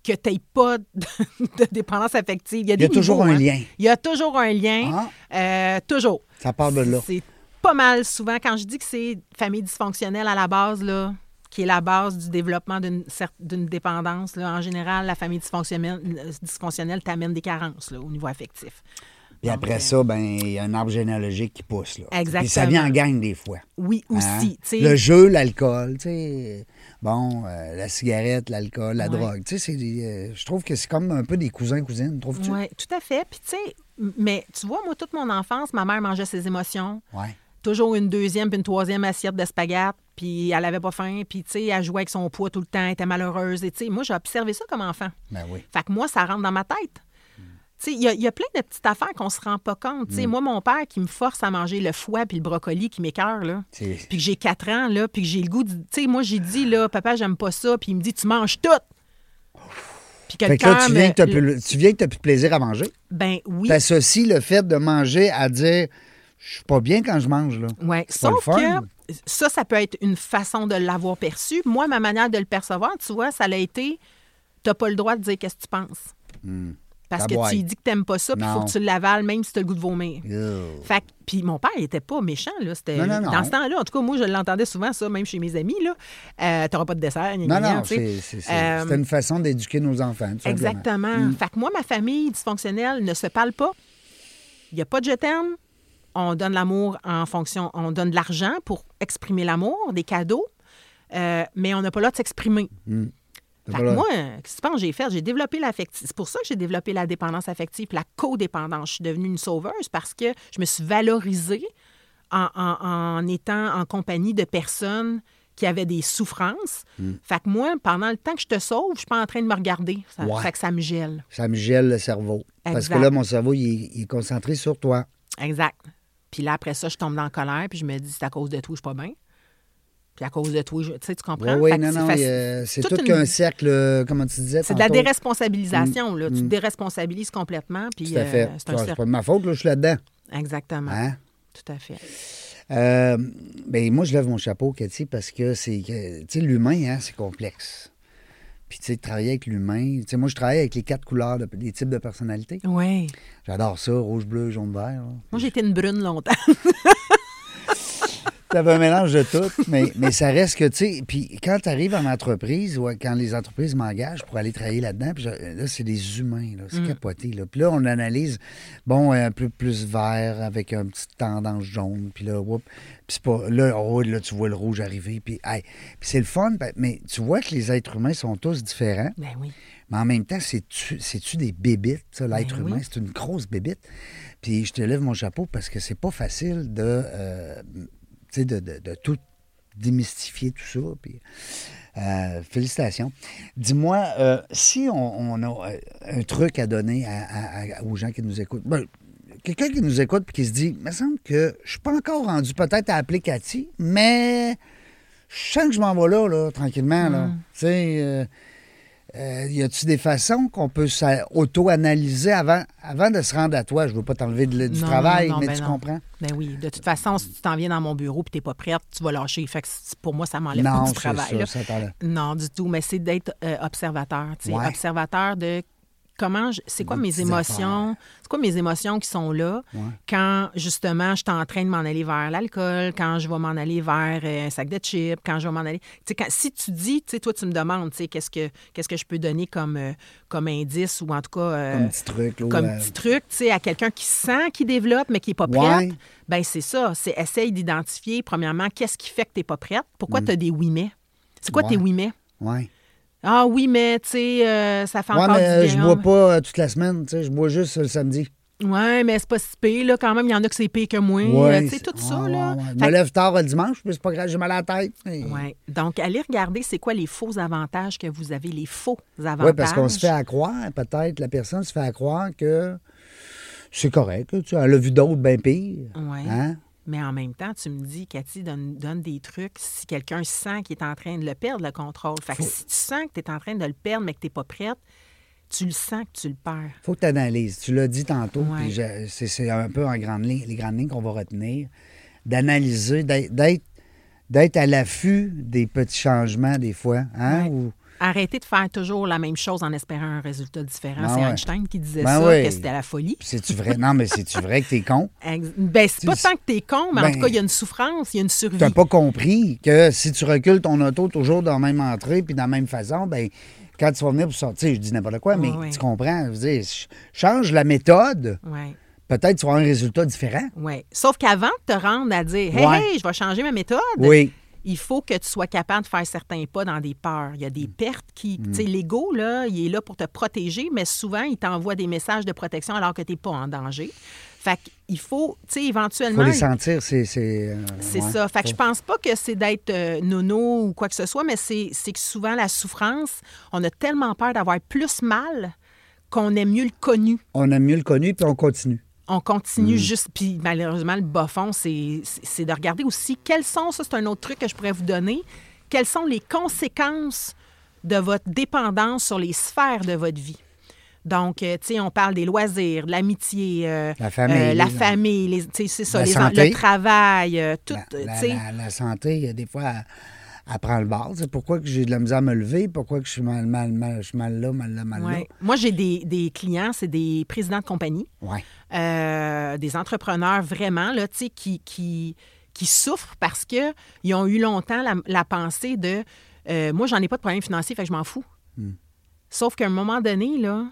Speaker 2: que tu n'aies pas de, de dépendance affective. Il y a,
Speaker 1: Il y a
Speaker 2: des
Speaker 1: toujours
Speaker 2: niveaux,
Speaker 1: un
Speaker 2: hein.
Speaker 1: lien.
Speaker 2: Il y a toujours un lien. euh, toujours.
Speaker 1: Ça part de Ah, ben là.
Speaker 2: C'est pas mal souvent. Quand je dis que c'est famille dysfonctionnelle à la base, là, qui est la base du développement d'une cer- d'une dépendance, là, en général, la famille dysfonctionnelle, euh, dysfonctionnelle t'amène des carences là, au niveau affectif.
Speaker 1: Puis après ça, ben il y a un arbre généalogique qui pousse. Là.
Speaker 2: Exactement.
Speaker 1: Puis ça vient en gang des fois.
Speaker 2: Oui,
Speaker 1: Hein?
Speaker 2: aussi. tu sais.
Speaker 1: Le jeu, l'alcool, tu sais. Bon, euh, la cigarette, l'alcool, la
Speaker 2: Ouais.
Speaker 1: drogue. Tu sais, c'est des, euh, je trouve que c'est comme un peu des cousins-cousines, trouves-tu?
Speaker 2: Oui, tout à fait. Puis, tu sais, m- mais tu vois, moi, toute mon enfance, ma mère mangeait ses émotions.
Speaker 1: Ouais.
Speaker 2: Toujours une deuxième puis une troisième assiette de spaghette, puis elle avait pas faim, puis, tu sais, elle jouait avec son poids tout le temps, elle était malheureuse. Et, tu sais, moi, j'ai observé ça comme enfant.
Speaker 1: Ben oui.
Speaker 2: Fait que moi, ça rentre dans ma tête.
Speaker 1: Hmm.
Speaker 2: Tu sais, Il y, a- il y a plein de petites affaires qu'on se rend pas compte. Tu sais, Moi, mon père qui me force à manger le foie puis le brocoli qui m'écœure, là,
Speaker 1: C'est-
Speaker 2: puis que j'ai 4 ans, là, puis que j'ai le goût... de- Tu sais, Moi, j'ai dit, là, papa, j'aime pas ça, puis il me dit, tu manges tout! Puis
Speaker 1: Fait que là,
Speaker 2: cœur
Speaker 1: tu viens
Speaker 2: me-
Speaker 1: que t'as plus- tu viens que tu n'as plus de plaisir à manger.
Speaker 2: Ben oui.
Speaker 1: T'associes le fait de manger à dire je suis pas bien quand je mange là.
Speaker 2: Oui,
Speaker 1: C'est pas
Speaker 2: sauf
Speaker 1: le fun.
Speaker 2: que ça, ça peut être une façon de l'avoir perçu. Moi, ma manière de le percevoir, tu vois, ça l'a été t'as pas le droit de dire qu'est-ce que tu penses. Parce que
Speaker 1: Taboy.
Speaker 2: tu lui dis que t'aimes pas ça, puis il faut
Speaker 1: Hmm. Non.
Speaker 2: que tu l'avales, même si t'as le goût de vomir.
Speaker 1: Ew.
Speaker 2: Fait que- puis mon père, il était pas méchant, là. C'était,
Speaker 1: Non, non, non.
Speaker 2: Dans ce temps-là, en tout cas, moi, je l'entendais souvent, ça, même chez mes amis, là. Euh, t'auras pas de dessert, gna,
Speaker 1: Non,
Speaker 2: gna, gna,
Speaker 1: non,
Speaker 2: tu sais.
Speaker 1: c'est c'est- c'est-
Speaker 2: Euh,
Speaker 1: c'est une façon d'éduquer nos enfants. tout simplement. Mm.
Speaker 2: Exactement. Fait que moi, ma famille dysfonctionnelle ne se parle pas. Il n'y a pas de je t'aime. On donne l'amour en fonction. On donne de l'argent pour exprimer l'amour, des cadeaux, euh, mais on n'a pas l'autre de s'exprimer.
Speaker 1: Mm. T'as pas
Speaker 2: Fait que
Speaker 1: le-
Speaker 2: moi, qu'est-ce que tu penses que j'ai fait? J'ai développé l'affective. C'est pour ça que j'ai développé la dépendance affective, la codépendance. Je suis devenue une sauveuse parce que je me suis valorisée en, en- en étant en compagnie de personnes qui avaient des souffrances.
Speaker 1: Hmm.
Speaker 2: Fait que moi, pendant le temps que je te sauve, je suis pas en train de me regarder. Ça,
Speaker 1: Ouais.
Speaker 2: Fait que ça me gèle.
Speaker 1: Ça me gèle le cerveau. Parce
Speaker 2: Exact.
Speaker 1: que là, mon cerveau, il, est- il est concentré sur toi.
Speaker 2: Exact. Puis là, après ça, je tombe dans la colère, puis je me dis, c'est à cause de toi, je suis pas bien. Puis à cause de toi, je- tu sais, tu comprends?
Speaker 1: oui,
Speaker 2: Ah, Fait que
Speaker 1: non,
Speaker 2: c'est
Speaker 1: non,
Speaker 2: faci-
Speaker 1: il, euh, c'est
Speaker 2: toute
Speaker 1: tout
Speaker 2: une-
Speaker 1: qu'un cercle, euh, comment tu disais.
Speaker 2: C'est de la
Speaker 1: tantôt. Mm.
Speaker 2: déresponsabilisation, là. Tu te déresponsabilises complètement, puis
Speaker 1: Tout à
Speaker 2: euh,
Speaker 1: fait.
Speaker 2: c'est un
Speaker 1: Ah, C'est
Speaker 2: cercle.
Speaker 1: pas de ma faute, là, je suis là-dedans.
Speaker 2: Exactement.
Speaker 1: Hein?
Speaker 2: Tout à fait.
Speaker 1: Euh, ben, moi, je lève mon chapeau, Cathy, parce que c'est. que, Tu sais, l'humain, hein, c'est complexe. Puis, tu sais, de travailler avec l'humain. Tu sais, moi, je travaille avec les quatre couleurs, de- des types de personnalités.
Speaker 2: Oui.
Speaker 1: J'adore ça, rouge, bleu, jaune, vert. là.
Speaker 2: Moi, j'ai été une brune longtemps.
Speaker 1: T'avais un mélange de tout, mais, mais ça reste que, tu sais, puis quand tu arrives en entreprise ou quand les entreprises m'engagent pour aller travailler là-dedans, puis je- là, c'est des humains, là, c'est capoté. Là. Puis là, on analyse, bon, euh, un peu plus vert avec une petite tendance jaune, puis là, whoop, puis c'est pas, là, oh, là, tu vois le rouge arriver, puis hey. Puis c'est le fun, ben, mais tu vois que les êtres humains sont tous différents.
Speaker 2: Ben oui.
Speaker 1: Mais en même temps, c'est-tu c'est-tu des bébites, ça, l'être
Speaker 2: Ben oui.
Speaker 1: humain? C'est une grosse bébite. Puis je te lève mon chapeau parce que c'est pas facile de, euh, tu sais, de, de- de tout démystifier tout ça. Puis, euh, félicitations. Dis-moi, euh, si on, on a euh, un truc à donner à- à- à- aux gens qui nous écoutent, ben, quelqu'un qui nous écoute et qui se dit, il me semble que je suis pas encore rendu peut-être à appeler Cathy, mais je sens que je m'en vais là, là, tranquillement. Là.
Speaker 2: Mm.
Speaker 1: Tu sais, euh, euh, y a-tu des façons qu'on peut s'a- auto-analyser avant, avant de se rendre à toi? Je veux pas t'enlever de- du
Speaker 2: Non,
Speaker 1: travail,
Speaker 2: non, non,
Speaker 1: mais
Speaker 2: ben
Speaker 1: tu
Speaker 2: non.
Speaker 1: comprends?
Speaker 2: Ben oui. De toute façon, si tu t'en viens dans mon bureau et t'es pas prête, tu vas lâcher. Fait que c'est- pour moi, ça m'enlève
Speaker 1: Non,
Speaker 2: pas du
Speaker 1: c'est
Speaker 2: travail.
Speaker 1: ça,
Speaker 2: là.
Speaker 1: ça t'enlève.
Speaker 2: non, du tout. Mais c'est d'être euh, observateur. tu sais.
Speaker 1: Ouais.
Speaker 2: Observateur de comment je- c'est quoi
Speaker 1: Des
Speaker 2: mes
Speaker 1: petites
Speaker 2: émotions? C'est quoi mes émotions qui sont là quand justement je suis en train de m'en aller vers l'alcool, quand je vais m'en aller vers euh, un sac de chips, quand je vais m'en aller. Tu sais, quand- si tu dis, tu sais, toi tu me demandes, tu sais, qu'est-ce que qu'est-ce que je peux donner comme, euh, comme indice ou en tout cas euh,
Speaker 1: Comme petit truc, là,
Speaker 2: comme
Speaker 1: euh,
Speaker 2: petit truc, tu sais, à quelqu'un qui sent qu'il développe, mais qui n'est pas
Speaker 1: Ouais.
Speaker 2: prête, ben c'est ça. C'est essaye d'identifier, premièrement, qu'est-ce qui fait que tu n'es pas prête. Pourquoi tu as des oui, mais? C'est quoi
Speaker 1: Mm. Ouais.
Speaker 2: tes oui, mais?
Speaker 1: Ouais.
Speaker 2: Ah oui, mais, tu sais, euh, ça fait
Speaker 1: Ouais,
Speaker 2: encore
Speaker 1: mais
Speaker 2: du
Speaker 1: euh,
Speaker 2: bien.
Speaker 1: je bois pas euh, toute la semaine, tu sais, je bois juste euh, le samedi.
Speaker 2: Ouais, mais c'est pas si pire, là, quand même. Il y en a que c'est pire que moi.
Speaker 1: Ouais,
Speaker 2: euh, tu sais, tout
Speaker 1: c'est-
Speaker 2: ça,
Speaker 1: ouais,
Speaker 2: là.
Speaker 1: ouais, ouais. Je
Speaker 2: Fait
Speaker 1: me
Speaker 2: que-
Speaker 1: lève tard le dimanche, puis c'est pas grave, j'ai mal à la tête.
Speaker 2: Ouais. Donc, allez regarder c'est quoi les faux avantages que vous avez, les faux avantages.
Speaker 1: Oui, parce qu'on se fait accroire, peut-être, la personne se fait accroire que c'est correct. là, Tu sais, elle a vu d'autres bien pires.
Speaker 2: Ouais.
Speaker 1: Hein?
Speaker 2: Mais en même temps, tu me dis, Cathy, donne, donne des trucs si quelqu'un sent qu'il est en train de le perdre, le contrôle. Fait que si tu sens que tu es en train de le perdre, mais que tu n'es pas prête, tu le sens que tu le perds.
Speaker 1: faut que tu analyses. Tu l'as dit tantôt,
Speaker 2: Ouais.
Speaker 1: puis je- c'est, c'est un peu en grande ligne, les grandes lignes qu'on va retenir. D'analyser, d'être, d'être, d'être à l'affût des petits changements des fois. Hein?
Speaker 2: Ouais.
Speaker 1: ou-
Speaker 2: Arrêtez de faire toujours la même chose en espérant un résultat différent.
Speaker 1: Ben
Speaker 2: c'est
Speaker 1: ouais.
Speaker 2: Einstein qui disait
Speaker 1: Ben
Speaker 2: ça,
Speaker 1: oui.
Speaker 2: que c'était la folie.
Speaker 1: Puis c'est-tu vrai? non, mais c'est-tu vrai que t'es con?
Speaker 2: Ex- Ben, c'est
Speaker 1: Tu
Speaker 2: pas
Speaker 1: sais,
Speaker 2: tant que t'es con, mais en
Speaker 1: ben,
Speaker 2: tout cas, il y a une souffrance, il y a une survie.
Speaker 1: T'as pas compris que si tu recules ton auto toujours dans la même entrée puis dans la même façon, ben quand tu vas venir pour sortir, je dis n'importe quoi, mais
Speaker 2: ouais.
Speaker 1: tu comprends. Je veux dire, ch- change la méthode,
Speaker 2: Ouais.
Speaker 1: peut-être tu vas avoir un résultat différent.
Speaker 2: Oui. Sauf qu'avant de te rendre à dire Hey,
Speaker 1: Ouais.
Speaker 2: hey, je vais changer ma méthode,
Speaker 1: Oui.
Speaker 2: il faut que tu sois capable de faire certains pas dans des peurs. Il y a
Speaker 1: Mm.
Speaker 2: des pertes qui. Tu sais, l'ego, là, il est là pour te protéger, mais souvent, il t'envoie des messages de protection alors que tu n'es pas en danger. Fait qu'il faut, tu sais,
Speaker 1: Faut
Speaker 2: éventuellement.
Speaker 1: les sentir, c'est. C'est, euh,
Speaker 2: C'est
Speaker 1: ouais.
Speaker 2: ça. Fait que je pense pas que c'est d'être euh, nono ou quoi que ce soit, mais c'est c'est que souvent la souffrance, on a tellement peur d'avoir plus mal qu'on aime mieux le connu.
Speaker 1: On a mieux le connu puis on continue.
Speaker 2: on
Speaker 1: Mm.
Speaker 2: continue juste. Puis malheureusement, le bas fond, c'est c'est de regarder aussi quels sont, ça c'est un autre truc que je pourrais vous donner, quelles sont les conséquences de votre dépendance sur les sphères de votre vie. Donc, euh, tu sais, on parle des loisirs, de l'amitié, euh,
Speaker 1: La famille. hein.
Speaker 2: la famille, les- tu sais, c'est ça,
Speaker 1: La
Speaker 2: les en-
Speaker 1: santé.
Speaker 2: le travail, euh, tout,
Speaker 1: La-
Speaker 2: euh,
Speaker 1: la,
Speaker 2: tu sais.
Speaker 1: la- la santé, euh, des fois, elle, elle prend le bord. C'est pourquoi que j'ai de la misère à me lever, pourquoi que je suis mal, mal, mal, je suis mal là, mal là, mal
Speaker 2: Ouais. Moi, j'ai des, des clients, c'est des présidents de compagnie.
Speaker 1: là. Ouais.
Speaker 2: euh, des entrepreneurs vraiment là, tu sais, qui, qui, qui souffrent parce qu'ils ont eu longtemps la, la pensée de euh, moi, j'en ai pas de problème financier, fait que je m'en fous.
Speaker 1: Hmm.
Speaker 2: Sauf qu'à un moment donné, là,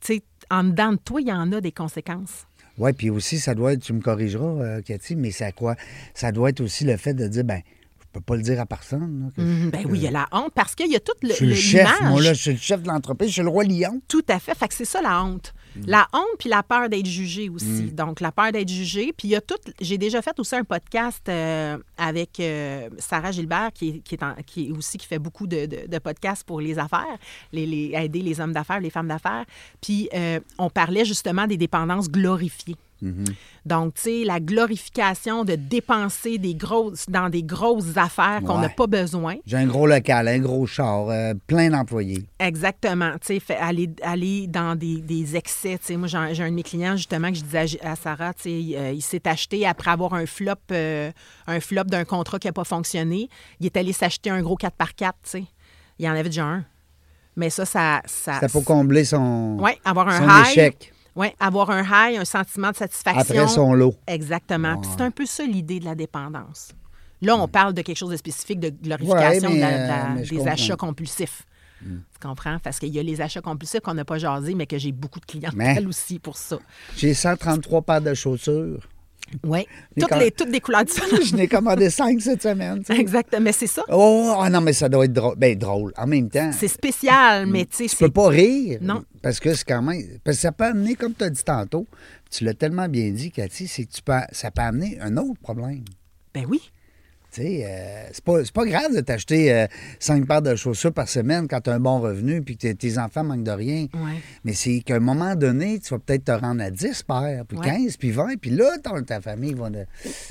Speaker 2: tu sais, en dedans de toi, il y en a des conséquences.
Speaker 1: Oui, puis aussi, ça doit être, tu me corrigeras, euh, Cathy, mais ça, quoi, ça doit être aussi le fait de dire, ben, je peux pas le dire à personne. là, que je-
Speaker 2: Mhm. Ben oui, il y a la honte parce qu'il y a toute le-
Speaker 1: je suis le
Speaker 2: le-
Speaker 1: chef, moi,
Speaker 2: l'image.
Speaker 1: là, je suis le chef de l'entreprise, je suis le roi lion.
Speaker 2: Tout à fait. Fait que c'est ça la honte. La honte puis la peur d'être jugé aussi. Donc la peur d'être jugé. Puis il y a tout. J'ai déjà fait aussi un podcast euh, avec euh, Sarah Gilbert qui, est- qui est en- qui est aussi qui fait beaucoup de, de- de podcasts pour les affaires, les, les- aider les hommes d'affaires, les femmes d'affaires. Puis euh, on parlait justement des dépendances glorifiées. Donc, tu sais, la glorification de dépenser des grosses, dans des grosses affaires qu'on n'a
Speaker 1: Ouais.
Speaker 2: pas besoin.
Speaker 1: J'ai un gros local, un gros char, euh, plein d'employés.
Speaker 2: Exactement. Tu sais, fait- aller, aller dans des, des excès. Tu sais, moi, j'en- j'ai un de mes clients, justement, que je disais à G- à, Sarah, tu sais, euh, il s'est acheté après avoir un flop, euh, un flop d'un contrat qui n'a pas fonctionné. Il est allé s'acheter un gros 4x4, tu sais. Il y en avait déjà un. Mais ça, ça... ça
Speaker 1: C'était pour combler son,
Speaker 2: Ah, Ouais, avoir un
Speaker 1: son
Speaker 2: high.
Speaker 1: échec.
Speaker 2: Oui, avoir un high, un sentiment de satisfaction.
Speaker 1: Après son lot.
Speaker 2: Exactement. Puis c'est un peu ça l'idée de la dépendance. Là, on parle de quelque chose de spécifique, de
Speaker 1: Ouais,
Speaker 2: glorification
Speaker 1: mais,
Speaker 2: de la-
Speaker 1: euh,
Speaker 2: de la-
Speaker 1: mais je
Speaker 2: des
Speaker 1: comprends. Mm.
Speaker 2: achats compulsifs. Tu comprends? Parce qu'il y a les achats compulsifs qu'on n'a pas jasé, mais que j'ai beaucoup de clientèle
Speaker 1: Mais-
Speaker 2: aussi pour ça.
Speaker 1: J'ai 133 paires de chaussures.
Speaker 2: Oui.
Speaker 1: Mais
Speaker 2: Toutes,
Speaker 1: quand-
Speaker 2: les, toutes des couleurs différentes.
Speaker 1: Je n'ai commandé 5 cette semaine. tu sais.
Speaker 2: Exactement. Mais c'est ça.
Speaker 1: Oh, ah non, mais ça doit être drôle. Ben, drôle. En même temps,
Speaker 2: C'est spécial, mais tu sais,
Speaker 1: Mm. tu peux
Speaker 2: c'est.
Speaker 1: pas rire.
Speaker 2: Non.
Speaker 1: Parce que c'est quand même. Parce que ça peut amener, comme tu as dit tantôt, tu l'as tellement bien dit, Cathy, c'est que tu peux, ça peut amener un autre problème.
Speaker 2: Ben oui.
Speaker 1: Tu sais, euh, c'est pas, c'est pas grave de t'acheter euh, cinq paires de chaussures par semaine quand tu as un bon revenu puis que tes- tes enfants manquent de rien.
Speaker 2: Ouais.
Speaker 1: Mais c'est qu'à un moment donné, tu vas peut-être te rendre à 10 paires, puis
Speaker 2: Ouais.
Speaker 1: 15, puis 20, puis là, ton- ta famille va... De...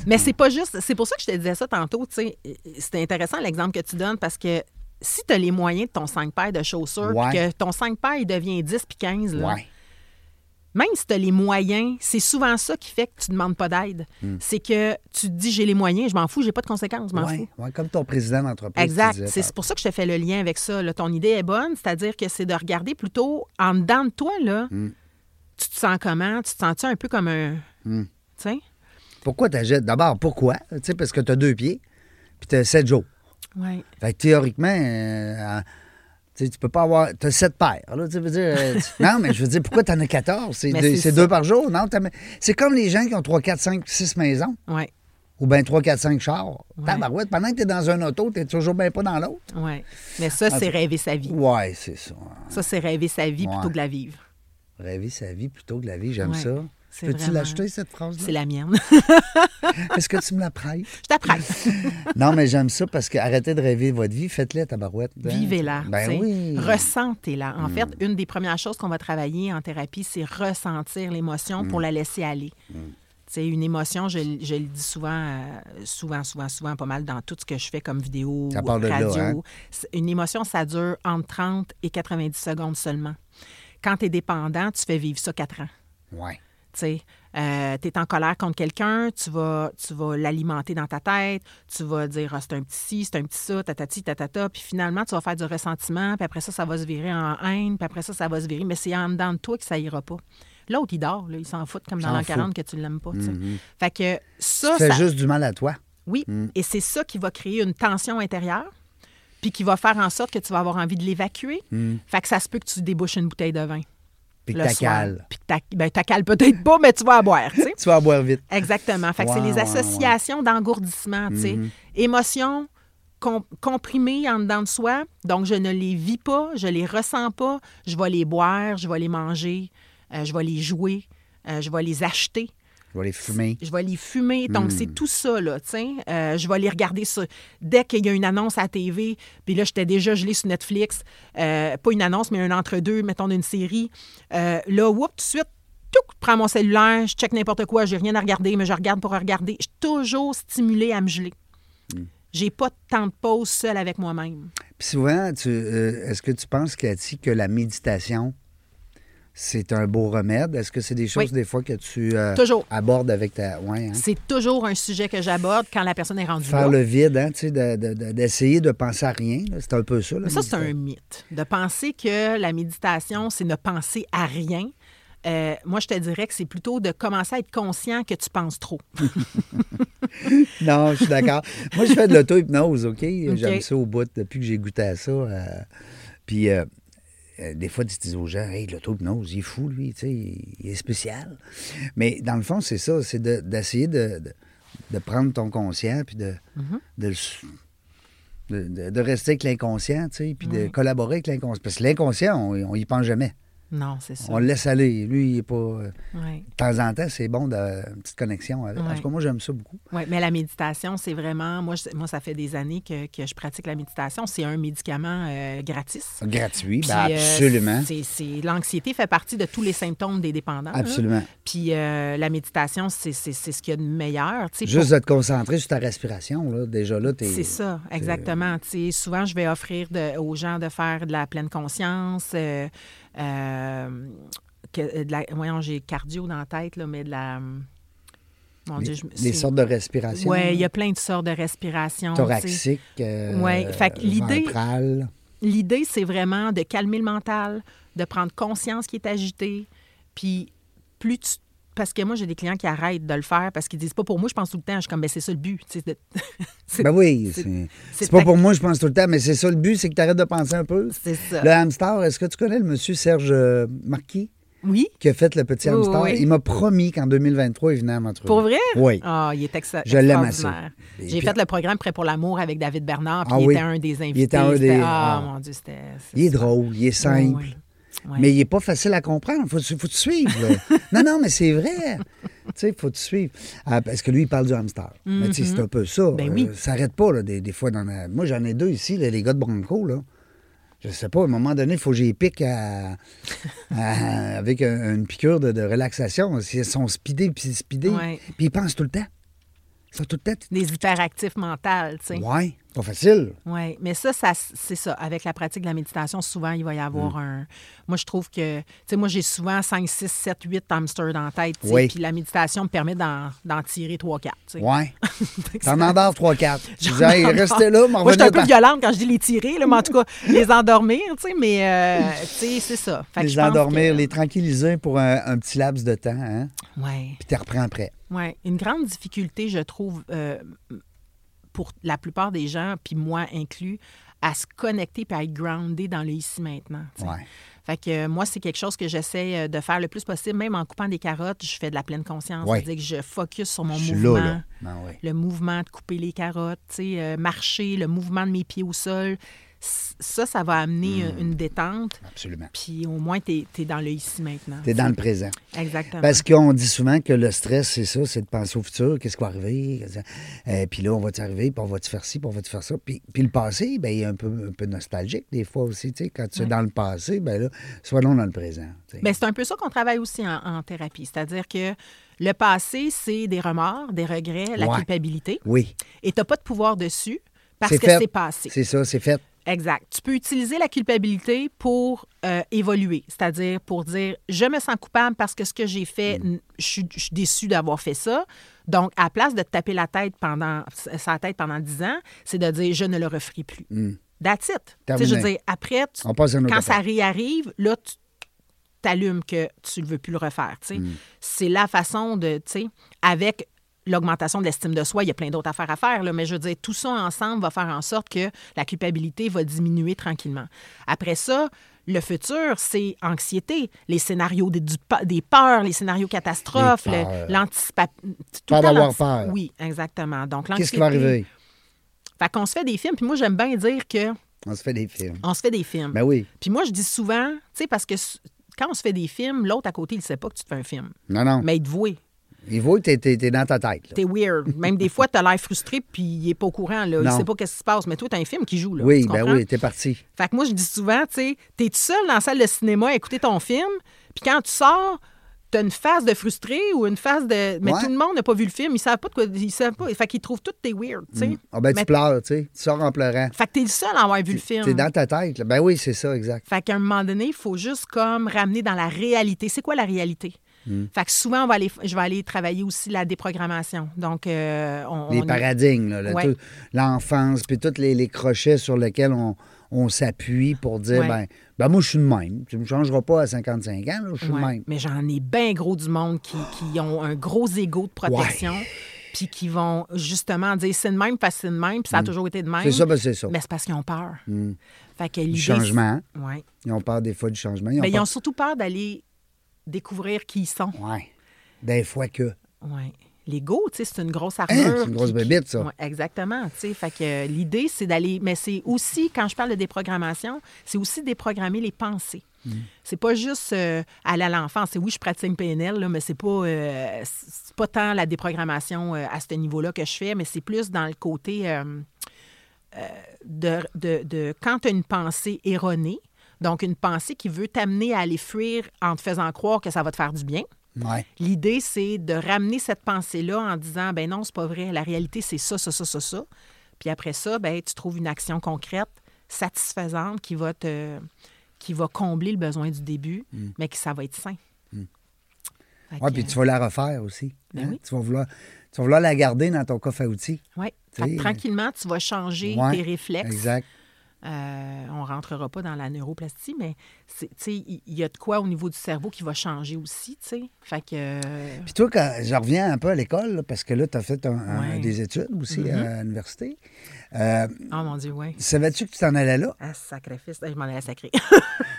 Speaker 2: Mais c'est pas juste. C'est pour ça que je te disais ça tantôt. tu sais. euh, C'est intéressant l'exemple que tu donnes parce que si tu as les moyens de ton 5 paires de chaussures, puis
Speaker 1: Ouais.
Speaker 2: que ton 5 paires il devient 10 puis 15, là,
Speaker 1: Ouais.
Speaker 2: même si tu as les moyens, c'est souvent ça qui fait que tu demandes pas d'aide. C'est que tu te dis j'ai les moyens, je m'en fous, j'ai pas de conséquences, je m'en
Speaker 1: Hmm. Ouais,
Speaker 2: fous.
Speaker 1: ouais, comme ton président d'entreprise.
Speaker 2: Exact.
Speaker 1: tu disais,
Speaker 2: C'est c'est pour ça que je te fais le lien avec ça. là. Ton idée est bonne, c'est-à-dire que c'est de regarder plutôt en dedans de toi, là.
Speaker 1: Hmm.
Speaker 2: Tu te sens comment? Tu te sens-tu un peu comme un.
Speaker 1: Hmm.
Speaker 2: Tu sais?
Speaker 1: Pourquoi t'achètes? D'abord, pourquoi? Tu sais, parce que t'as deux pieds, puis t'as sept jours.
Speaker 2: Oui.
Speaker 1: Fait que théoriquement, euh, en- tu sais, tu peux pas avoir... T'as sept paires, là, tu veux dire... euh, tu- non, mais je veux dire, pourquoi t'en as 14? C'est
Speaker 2: Mais
Speaker 1: deux,
Speaker 2: c'est
Speaker 1: c'est
Speaker 2: ça.
Speaker 1: deux par jour, non? t'as- C'est comme les gens qui ont 3, 4, 5, 6 maisons,
Speaker 2: Oui.
Speaker 1: ou bien 3, 4, 5 chars. Tabarouette, pendant que t'es dans un auto, t'es toujours bien pas dans l'autre.
Speaker 2: Oui. Mais ça, c'est rêver sa vie.
Speaker 1: Ouais, c'est ça.
Speaker 2: Ça, c'est rêver sa vie plutôt
Speaker 1: Ouais.
Speaker 2: que la vivre.
Speaker 1: Rêver sa vie plutôt que la vie, j'aime
Speaker 2: Ouais,
Speaker 1: ça.
Speaker 2: c'est
Speaker 1: Peux-tu
Speaker 2: vraiment-
Speaker 1: l'acheter, cette
Speaker 2: C'est
Speaker 1: phrase-là?
Speaker 2: la mienne.
Speaker 1: Est-ce que tu me la prêtes?
Speaker 2: je t'apprête.
Speaker 1: non, mais j'aime ça parce que arrêtez de rêver votre vie, faites-la, tabarouette. Hein?
Speaker 2: Vivez-la.
Speaker 1: Ben
Speaker 2: tu sais.
Speaker 1: oui. Hmm.
Speaker 2: Ressentez-la. En fait, une des premières choses qu'on va travailler en thérapie, c'est ressentir l'émotion
Speaker 1: Hmm.
Speaker 2: pour la laisser aller. Tu sais, une émotion, je, l- je le dis souvent, euh, souvent, souvent, souvent, pas mal dans tout ce que je fais comme vidéo,
Speaker 1: Ça part de là,
Speaker 2: radio.
Speaker 1: hein?
Speaker 2: C'est- Une émotion, ça dure entre 30 et 90 secondes seulement. Quand tu es dépendant, tu fais vivre ça 4 ans.
Speaker 1: Ouais.
Speaker 2: Tu sais, euh, t'es en colère contre quelqu'un, tu vas, tu vas l'alimenter dans ta tête, tu vas dire Ah, c'est un petit ci, c'est un petit ça, tatati, tatata, puis finalement tu vas faire du ressentiment, puis après ça, ça va se virer en haine, puis après ça, ça va se virer, mais c'est en dedans de toi que ça ira pas. L'autre, il dort, là, il s'en fout comme
Speaker 1: S'en
Speaker 2: dans l'an
Speaker 1: fout. Mm-hmm.
Speaker 2: 40 que tu l'aimes pas. tu sais. Fait que ça,
Speaker 1: Tu fais
Speaker 2: ça
Speaker 1: juste Mm. du mal à toi.
Speaker 2: oui, et c'est ça qui va créer une tension intérieure, puis qui va faire en sorte que tu vas avoir envie de l'évacuer. Fait que ça se peut que tu débouches une bouteille de vin.
Speaker 1: Mm. Puis que
Speaker 2: le soir.
Speaker 1: t'accales.
Speaker 2: Puis que t'ac- ben, t'accales peut-être pas, mais tu vas à boire, tu sais.
Speaker 1: Tu vas boire vite.
Speaker 2: Exactement. Fait que c'est
Speaker 1: Ouais,
Speaker 2: les
Speaker 1: ouais, Mm-hmm.
Speaker 2: associations d'engourdissement, tu sais. Émotions com- comprimées en dedans de soi, donc je ne les vis pas, je les ressens pas, je vais les boire, je vais les manger, euh, je vais les jouer, euh, je vais les acheter,
Speaker 1: Je vais les fumer.
Speaker 2: je vais les fumer. Donc
Speaker 1: Hmm.
Speaker 2: c'est tout ça, là, tu sais. Euh, je vais les regarder sur... dès qu'il y a une annonce à la TV, puis là, j'étais déjà gelée sur Netflix, euh, pas une annonce, mais un entre-deux, mettons, d'une série. Euh, là, whoop, tout de suite, tout, prends mon cellulaire, je check n'importe quoi, j'ai rien à regarder, mais je regarde pour regarder. Je suis toujours stimulée à me geler.
Speaker 1: Hmm.
Speaker 2: J'ai pas de temps de pause seule avec moi-même.
Speaker 1: Puis souvent, tu, euh, est-ce que tu penses, Cathy, que la méditation, c'est un beau remède? Est-ce que c'est des choses,
Speaker 2: Oui.
Speaker 1: des fois, que tu euh,
Speaker 2: Toujours.
Speaker 1: abordes avec ta... Ouais, hein?
Speaker 2: C'est toujours un sujet que j'aborde quand la personne est rendue là.
Speaker 1: Faire le vide, hein, tu sais, de- de- de- d'essayer de, penser à rien. là. C'est un peu ça. la
Speaker 2: Mais ça, c'est un
Speaker 1: méditation.
Speaker 2: mythe. De penser que la méditation, c'est ne penser à rien. Euh, moi, je te dirais que c'est plutôt de commencer à être conscient que tu penses trop.
Speaker 1: Non, je suis d'accord. Moi, je fais de l'auto-hypnose, OK? J'aime
Speaker 2: OK.
Speaker 1: ça au bout depuis que j'ai goûté à ça. euh, Puis, euh, euh, des fois, tu dis aux gens, hey, l'auto-hypnose, il est fou, lui, tu sais, il est spécial. Mais dans le fond, c'est ça, c'est de- d'essayer de, de, de prendre ton conscient, puis de,
Speaker 2: Mm-hmm.
Speaker 1: de le sou- de, de- de rester avec l'inconscient, tu sais, puis
Speaker 2: Mm-hmm.
Speaker 1: de collaborer avec l'inconscient. Parce que l'inconscient, on, on y pense jamais.
Speaker 2: Non, c'est ça.
Speaker 1: On le laisse aller. Lui, il est pas. euh,
Speaker 2: Ouais.
Speaker 1: de temps en temps, c'est bon de une petite connexion avec. En
Speaker 2: Ouais.
Speaker 1: tout cas, moi, j'aime ça beaucoup.
Speaker 2: Ouais, mais la méditation, c'est vraiment. Moi, je- moi, ça fait des années que, que je pratique la méditation. C'est un médicament euh, gratis.
Speaker 1: Gratuit,
Speaker 2: Puis,
Speaker 1: ben
Speaker 2: euh,
Speaker 1: absolument.
Speaker 2: c'est- c'est- L'anxiété fait partie de tous les symptômes des dépendants. là.
Speaker 1: Absolument.
Speaker 2: Puis euh, la méditation, c'est c'est- c'est ce qu'il y a de meilleur. tu sais, pour-
Speaker 1: Juste de te concentrer sur ta respiration, là, déjà là, euh, t'es.
Speaker 2: C'est ça, exactement. Tu sais, souvent, je vais offrir de- aux gens de faire de la pleine conscience. euh, euh, que- de la- voyons, j'ai cardio dans la tête, là, mais de la. Mon
Speaker 1: Les,
Speaker 2: Dieu, je me-
Speaker 1: les
Speaker 2: c'est-
Speaker 1: sortes de respiration.
Speaker 2: Ouais, il y a plein de sortes de respiration. tu sais.
Speaker 1: Thoraxique. euh,
Speaker 2: Ouais, fait que l'idée-
Speaker 1: ventrale.
Speaker 2: L'idée, c'est vraiment de calmer le mental, de prendre conscience qui est agité, puis plus tu parce que moi, j'ai des clients qui arrêtent de le faire parce qu'ils disent pas pour moi, je pense tout le temps. Je suis comme, ben, c'est ça le but. tu sais, de- c'est-
Speaker 1: Ben oui, c'est-
Speaker 2: c'est- c'est
Speaker 1: c'est pas
Speaker 2: ta-
Speaker 1: pour moi, je pense tout le temps, mais c'est ça le but, c'est que tu arrêtes de penser un peu.
Speaker 2: C'est ça.
Speaker 1: Le hamster, est-ce que tu connais le monsieur Serge euh, Marquis
Speaker 2: Oui.
Speaker 1: qui a fait le petit
Speaker 2: Oui,
Speaker 1: hamster?
Speaker 2: oui.
Speaker 1: Il m'a promis qu'en 2023, il venait à m'entrevue.
Speaker 2: Pour vrai?
Speaker 1: Oui.
Speaker 2: Ah, il est exa-
Speaker 1: Je l'aime à
Speaker 2: extraordinaire.
Speaker 1: ça. Et
Speaker 2: J'ai
Speaker 1: puis-
Speaker 2: fait le programme Prêt pour l'amour avec David Bernard, puis
Speaker 1: Ah
Speaker 2: il
Speaker 1: oui.
Speaker 2: était un des invités.
Speaker 1: Il était un des-
Speaker 2: C'était- Ah,
Speaker 1: ah.
Speaker 2: mon Dieu, c'était. c'est
Speaker 1: Il est
Speaker 2: ça.
Speaker 1: drôle, il est simple.
Speaker 2: Ouais, ouais.
Speaker 1: Mais il n'est pas facile à comprendre. Faut, faut te suivre. là. non, non, mais c'est vrai. Tu sais, faut te suivre. Ah, parce que lui, il parle du hamster. Mais tu sais, c'est un peu ça.
Speaker 2: Ben oui.
Speaker 1: Euh, ça n'arrête pas, là, des, des fois. Dans la- Moi, j'en ai deux ici, là, les gars de Bronco, là. Je sais pas, à un moment donné, il faut que j'y pique à- à- avec un- une piqûre de, de relaxation. Ils sont speedés, puis speedés.
Speaker 2: Ouais.
Speaker 1: Puis ils pensent tout le temps. Ils sont tout le temps.
Speaker 2: Des hyperactifs mentales, tu sais.
Speaker 1: Ouais, pas facile.
Speaker 2: Oui, mais ça, ça c'est ça. Avec la pratique de la méditation, souvent, il va y
Speaker 1: Mm.
Speaker 2: avoir un. Moi, je trouve que. Tu sais, moi, j'ai souvent 5, 6, 7, 8 hamsters dans la tête. tu sais,
Speaker 1: Oui.
Speaker 2: Puis la méditation me permet d'en d'en tirer 3, 4. tu sais.
Speaker 1: Ouais.
Speaker 2: Fait que
Speaker 1: T'en
Speaker 2: ça-
Speaker 1: endors 3-4. Tu
Speaker 2: J'en
Speaker 1: dis, hey,
Speaker 2: endors.
Speaker 1: restez là, m'en
Speaker 2: Moi, je suis un peu
Speaker 1: revenez
Speaker 2: violente quand je dis les tirer, là, mais en tout cas, les endormir, tu sais, mais euh, tu sais, c'est ça. Fait que je
Speaker 1: les
Speaker 2: pense
Speaker 1: endormir,
Speaker 2: que-
Speaker 1: les tranquilliser pour un, un petit laps de temps, hein?
Speaker 2: Ouais.
Speaker 1: puis tu reprends après.
Speaker 2: Oui, une grande difficulté, je trouve, euh, pour la plupart des gens, puis moi inclus, à se connecter puis à être groundé dans le ici maintenant. tu sais.
Speaker 1: Ouais.
Speaker 2: Fait que euh, moi, c'est quelque chose que j'essaie euh, de faire le plus possible. Même en coupant des carottes, je fais de la pleine conscience.
Speaker 1: Ouais.
Speaker 2: C'est-à-dire que je focus sur mon
Speaker 1: Je suis
Speaker 2: mouvement.
Speaker 1: là, là. Ben oui.
Speaker 2: Le mouvement de couper les carottes, tu sais, euh, marcher, le mouvement de mes pieds au sol. C- Ça, ça va amener
Speaker 1: Hmm.
Speaker 2: euh, une détente.
Speaker 1: Absolument.
Speaker 2: Puis au moins, tu es, dans le ici maintenant.
Speaker 1: Tu es dans le présent.
Speaker 2: Exactement.
Speaker 1: Parce qu'on dit souvent que le stress, c'est ça, c'est de penser au futur, qu'est-ce qui va arriver, euh, puis là, on va t'y arriver, puis on va te faire ci, puis on va te faire ça. Puis, puis le passé, ben, il est un peu, un peu nostalgique des fois aussi. tu sais, Quand tu es dans le passé, ben là, sois non dans le présent. tu sais.
Speaker 2: Ben, c'est un peu ça qu'on travaille aussi en, en thérapie. C'est-à-dire que le passé, c'est des remords, des regrets, la
Speaker 1: Ouais.
Speaker 2: culpabilité.
Speaker 1: oui.
Speaker 2: Et tu n'as pas de pouvoir dessus parce
Speaker 1: C'est
Speaker 2: que
Speaker 1: fait.
Speaker 2: c'est passé.
Speaker 1: C'est ça, c'est fait.
Speaker 2: Exact. Tu peux utiliser la culpabilité pour euh, évoluer, c'est-à-dire pour dire je me sens coupable parce que ce que j'ai fait,
Speaker 1: Mm.
Speaker 2: n- je suis- je suis déçu d'avoir fait ça. Donc, à place de te taper la tête pendant sa tête pendant 10 ans, c'est de dire je ne le referai plus. That's it. Tu sais, je veux
Speaker 1: Mm. Terminé.
Speaker 2: dire, après, tu-
Speaker 1: On passe à une autre
Speaker 2: quand ça réarrive, là, tu t'allumes que tu ne veux plus le refaire. tu sais.
Speaker 1: Mm.
Speaker 2: C'est la façon de, tu sais, avec l'augmentation de l'estime de soi, il y a plein d'autres affaires à faire, là, mais je veux dire, tout ça ensemble va faire en sorte que la culpabilité va diminuer tranquillement. Après ça, le futur, c'est anxiété, les scénarios des, du pa- des peurs, les scénarios catastrophes,
Speaker 1: Les peurs.
Speaker 2: l'anticipation.
Speaker 1: Peur d'avoir peur.
Speaker 2: Oui, exactement. Donc,
Speaker 1: Qu'est-ce qui va
Speaker 2: l'anxiété-
Speaker 1: arriver?
Speaker 2: Fait qu'on se fait des films, puis moi, j'aime bien dire que
Speaker 1: On se fait des films.
Speaker 2: on se fait des films.
Speaker 1: Ben oui.
Speaker 2: Puis moi, je dis souvent, tu sais, parce que s- quand on se fait des films, l'autre à côté, il sait pas que tu te fais un film.
Speaker 1: Non, non.
Speaker 2: Mais il te voit.
Speaker 1: Il vaut, t'es t'es- t'es dans ta tête. là.
Speaker 2: T'es weird. Même des fois, t'as l'air frustré, puis il est pas au courant, là. Il
Speaker 1: Non.
Speaker 2: sait pas qu'est-ce qui se passe. Mais toi, t'as un film qui joue, là.
Speaker 1: Oui,
Speaker 2: Tu
Speaker 1: ben
Speaker 2: comprends?
Speaker 1: oui, t'es parti.
Speaker 2: Fait que moi, je dis souvent, tu sais, t'es tout seul dans la salle de cinéma à écouter ton film, puis quand tu sors, t'as une phase de frustré ou une phase de. Mais
Speaker 1: Ouais.
Speaker 2: tout le monde n'a pas vu le film, ils savent pas de quoi. Ils savent pas. Fait qu'ils trouvent tout t'es weird, tu sais.
Speaker 1: Ah ben, tu
Speaker 2: Mais-
Speaker 1: pleures, tu sais. Tu sors en pleurant.
Speaker 2: Fait que t'es le seul à avoir vu le film.
Speaker 1: T'es dans ta tête. là. Ben oui, c'est ça, exact.
Speaker 2: Fait qu'à un moment donné, il faut juste comme ramener dans la réalité. C'est quoi la réalité?
Speaker 1: Hmm.
Speaker 2: Fait que souvent, on va aller, je vais aller travailler aussi la déprogrammation. Donc, euh, on,
Speaker 1: Les
Speaker 2: on est-
Speaker 1: paradigmes, là, le
Speaker 2: Ouais.
Speaker 1: tout- l'enfance, puis tous les, les crochets sur lesquels on, on s'appuie pour dire,
Speaker 2: Ouais.
Speaker 1: ben, ben, moi, je suis le même. Tu ne me changeras pas à 55 ans, là, je suis
Speaker 2: Ouais.
Speaker 1: le même.
Speaker 2: Mais j'en ai bien gros du monde qui, qui ont un gros ego de protection, puis qui vont justement dire c'est de même, parce que c'est de même, puis ça a toujours été de même.
Speaker 1: C'est ça, ben, c'est ça. Hmm.
Speaker 2: Mais c'est parce qu'ils ont peur. Fait que l'idée,
Speaker 1: changement.
Speaker 2: c'est- Ouais.
Speaker 1: Ils ont peur des fois du changement. Ils ont
Speaker 2: Mais ils
Speaker 1: peur-
Speaker 2: ont surtout peur d'aller découvrir qui ils sont.
Speaker 1: Ouais. Des fois que.
Speaker 2: Ouais. L'ego, tu sais, c'est une grosse armure.
Speaker 1: Hein, c'est une grosse
Speaker 2: qui- qui-
Speaker 1: bébite, ça.
Speaker 2: Ouais, exactement. tu sais. Fait que euh, l'idée, c'est d'aller. Mais c'est aussi, quand je parle de déprogrammation, c'est aussi déprogrammer les pensées.
Speaker 1: Hmm.
Speaker 2: C'est pas juste euh, aller à l'enfance. C'est oui, je pratique PNL, là, mais c'est pas, euh, c'est pas tant la déprogrammation euh, à ce niveau-là que je fais, mais c'est plus dans le côté euh, euh, de, de, de quand tu as une pensée erronée, donc une pensée qui veut t'amener à aller fuir en te faisant croire que ça va te faire du bien.
Speaker 1: Ouais.
Speaker 2: L'idée, c'est de ramener cette pensée-là en disant ben non, c'est pas vrai, la réalité, c'est ça, ça, ça, ça, ça. Puis après ça, ben, tu trouves une action concrète, satisfaisante, qui va te qui va combler le besoin du début, mais que ça va être sain. Fait
Speaker 1: Hmm. Ouais,
Speaker 2: que,
Speaker 1: puis tu vas la refaire aussi.
Speaker 2: Ben
Speaker 1: hein.
Speaker 2: oui.
Speaker 1: tu, vas vouloir, tu vas vouloir la garder dans ton coffre à outils.
Speaker 2: ouais.
Speaker 1: tu
Speaker 2: Fait que
Speaker 1: sais,
Speaker 2: tranquillement, tu vas changer
Speaker 1: Ouais,
Speaker 2: tes réflexes.
Speaker 1: Exact.
Speaker 2: Euh, on ne rentrera pas dans la neuroplastie, mais c'est- tu sais, il il y a de quoi au niveau du cerveau qui va changer aussi. tu sais. Fait que. euh,
Speaker 1: Puis toi, quand je reviens un peu à l'école, là, parce que là, tu as fait un- un-
Speaker 2: Ouais. Mm-hmm.
Speaker 1: des études aussi à l'université. euh,
Speaker 2: Oh mon Dieu, oui.
Speaker 1: Savais-tu que tu t'en allais là?
Speaker 2: Ah, sacrifice. Je m'en allais sacré.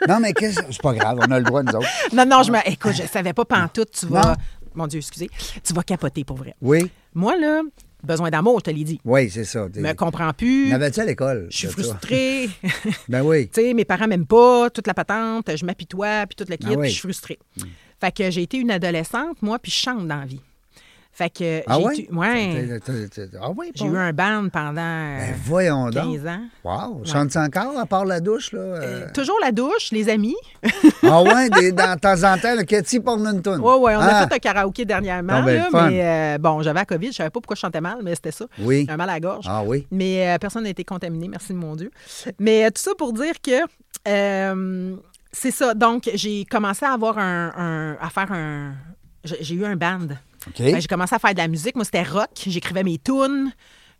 Speaker 1: Non, mais qu'est-ce... c'est pas grave, on a le droit, nous autres.
Speaker 2: non, non, je me. Écoute, je savais pas pantoute. Tu vas.
Speaker 1: Non.
Speaker 2: Mon Dieu, excusez. Tu vas capoter pour vrai.
Speaker 1: Oui,
Speaker 2: Moi, là, besoin d'amour, je te l'ai dit.
Speaker 1: oui, c'est ça.
Speaker 2: Je
Speaker 1: T'es-
Speaker 2: me comprends plus.
Speaker 1: N'avais-tu à l'école?
Speaker 2: Je suis
Speaker 1: de ça?
Speaker 2: frustrée.
Speaker 1: Ben oui.
Speaker 2: Tu sais, mes parents m'aiment pas, toute la patente, je m'apitoie, puis toute la kit,
Speaker 1: Ah oui.
Speaker 2: puis je suis frustrée. Fait que j'ai été une adolescente, moi, puis je chante dans la vie. Fait que
Speaker 1: Ah
Speaker 2: j'ai
Speaker 1: ouais?
Speaker 2: été- ouais,
Speaker 1: T'as- t'as- t'as- Ah oui,
Speaker 2: j'ai
Speaker 1: pas
Speaker 2: eu
Speaker 1: vrai.
Speaker 2: un band pendant
Speaker 1: Ben voyons donc.
Speaker 2: 15 ans.
Speaker 1: Wow, chante encore à part la douche, là? euh?
Speaker 2: Euh, toujours la douche, les amis.
Speaker 1: ah ouais, des, dans, de temps en temps, le Cathy Pornington.
Speaker 2: Ouais, ouais, on a
Speaker 1: Ah,
Speaker 2: fait un karaoké dernièrement.
Speaker 1: Non, ben,
Speaker 2: là,
Speaker 1: le fun.
Speaker 2: mais euh, bon, j'avais la COVID, je savais pas pourquoi je chantais mal, mais c'était ça.
Speaker 1: Oui.
Speaker 2: Un mal à la gorge.
Speaker 1: Ah oui.
Speaker 2: Mais euh, personne n'a été contaminé, merci de mon Dieu. Mais euh, tout ça pour dire que euh, c'est ça. Donc, j'ai commencé à avoir un. un- à faire un. J'ai j'ai eu un band.
Speaker 1: OK.
Speaker 2: Fait que J'ai commencé à faire de la musique. Moi, c'était rock. J'écrivais mes tunes.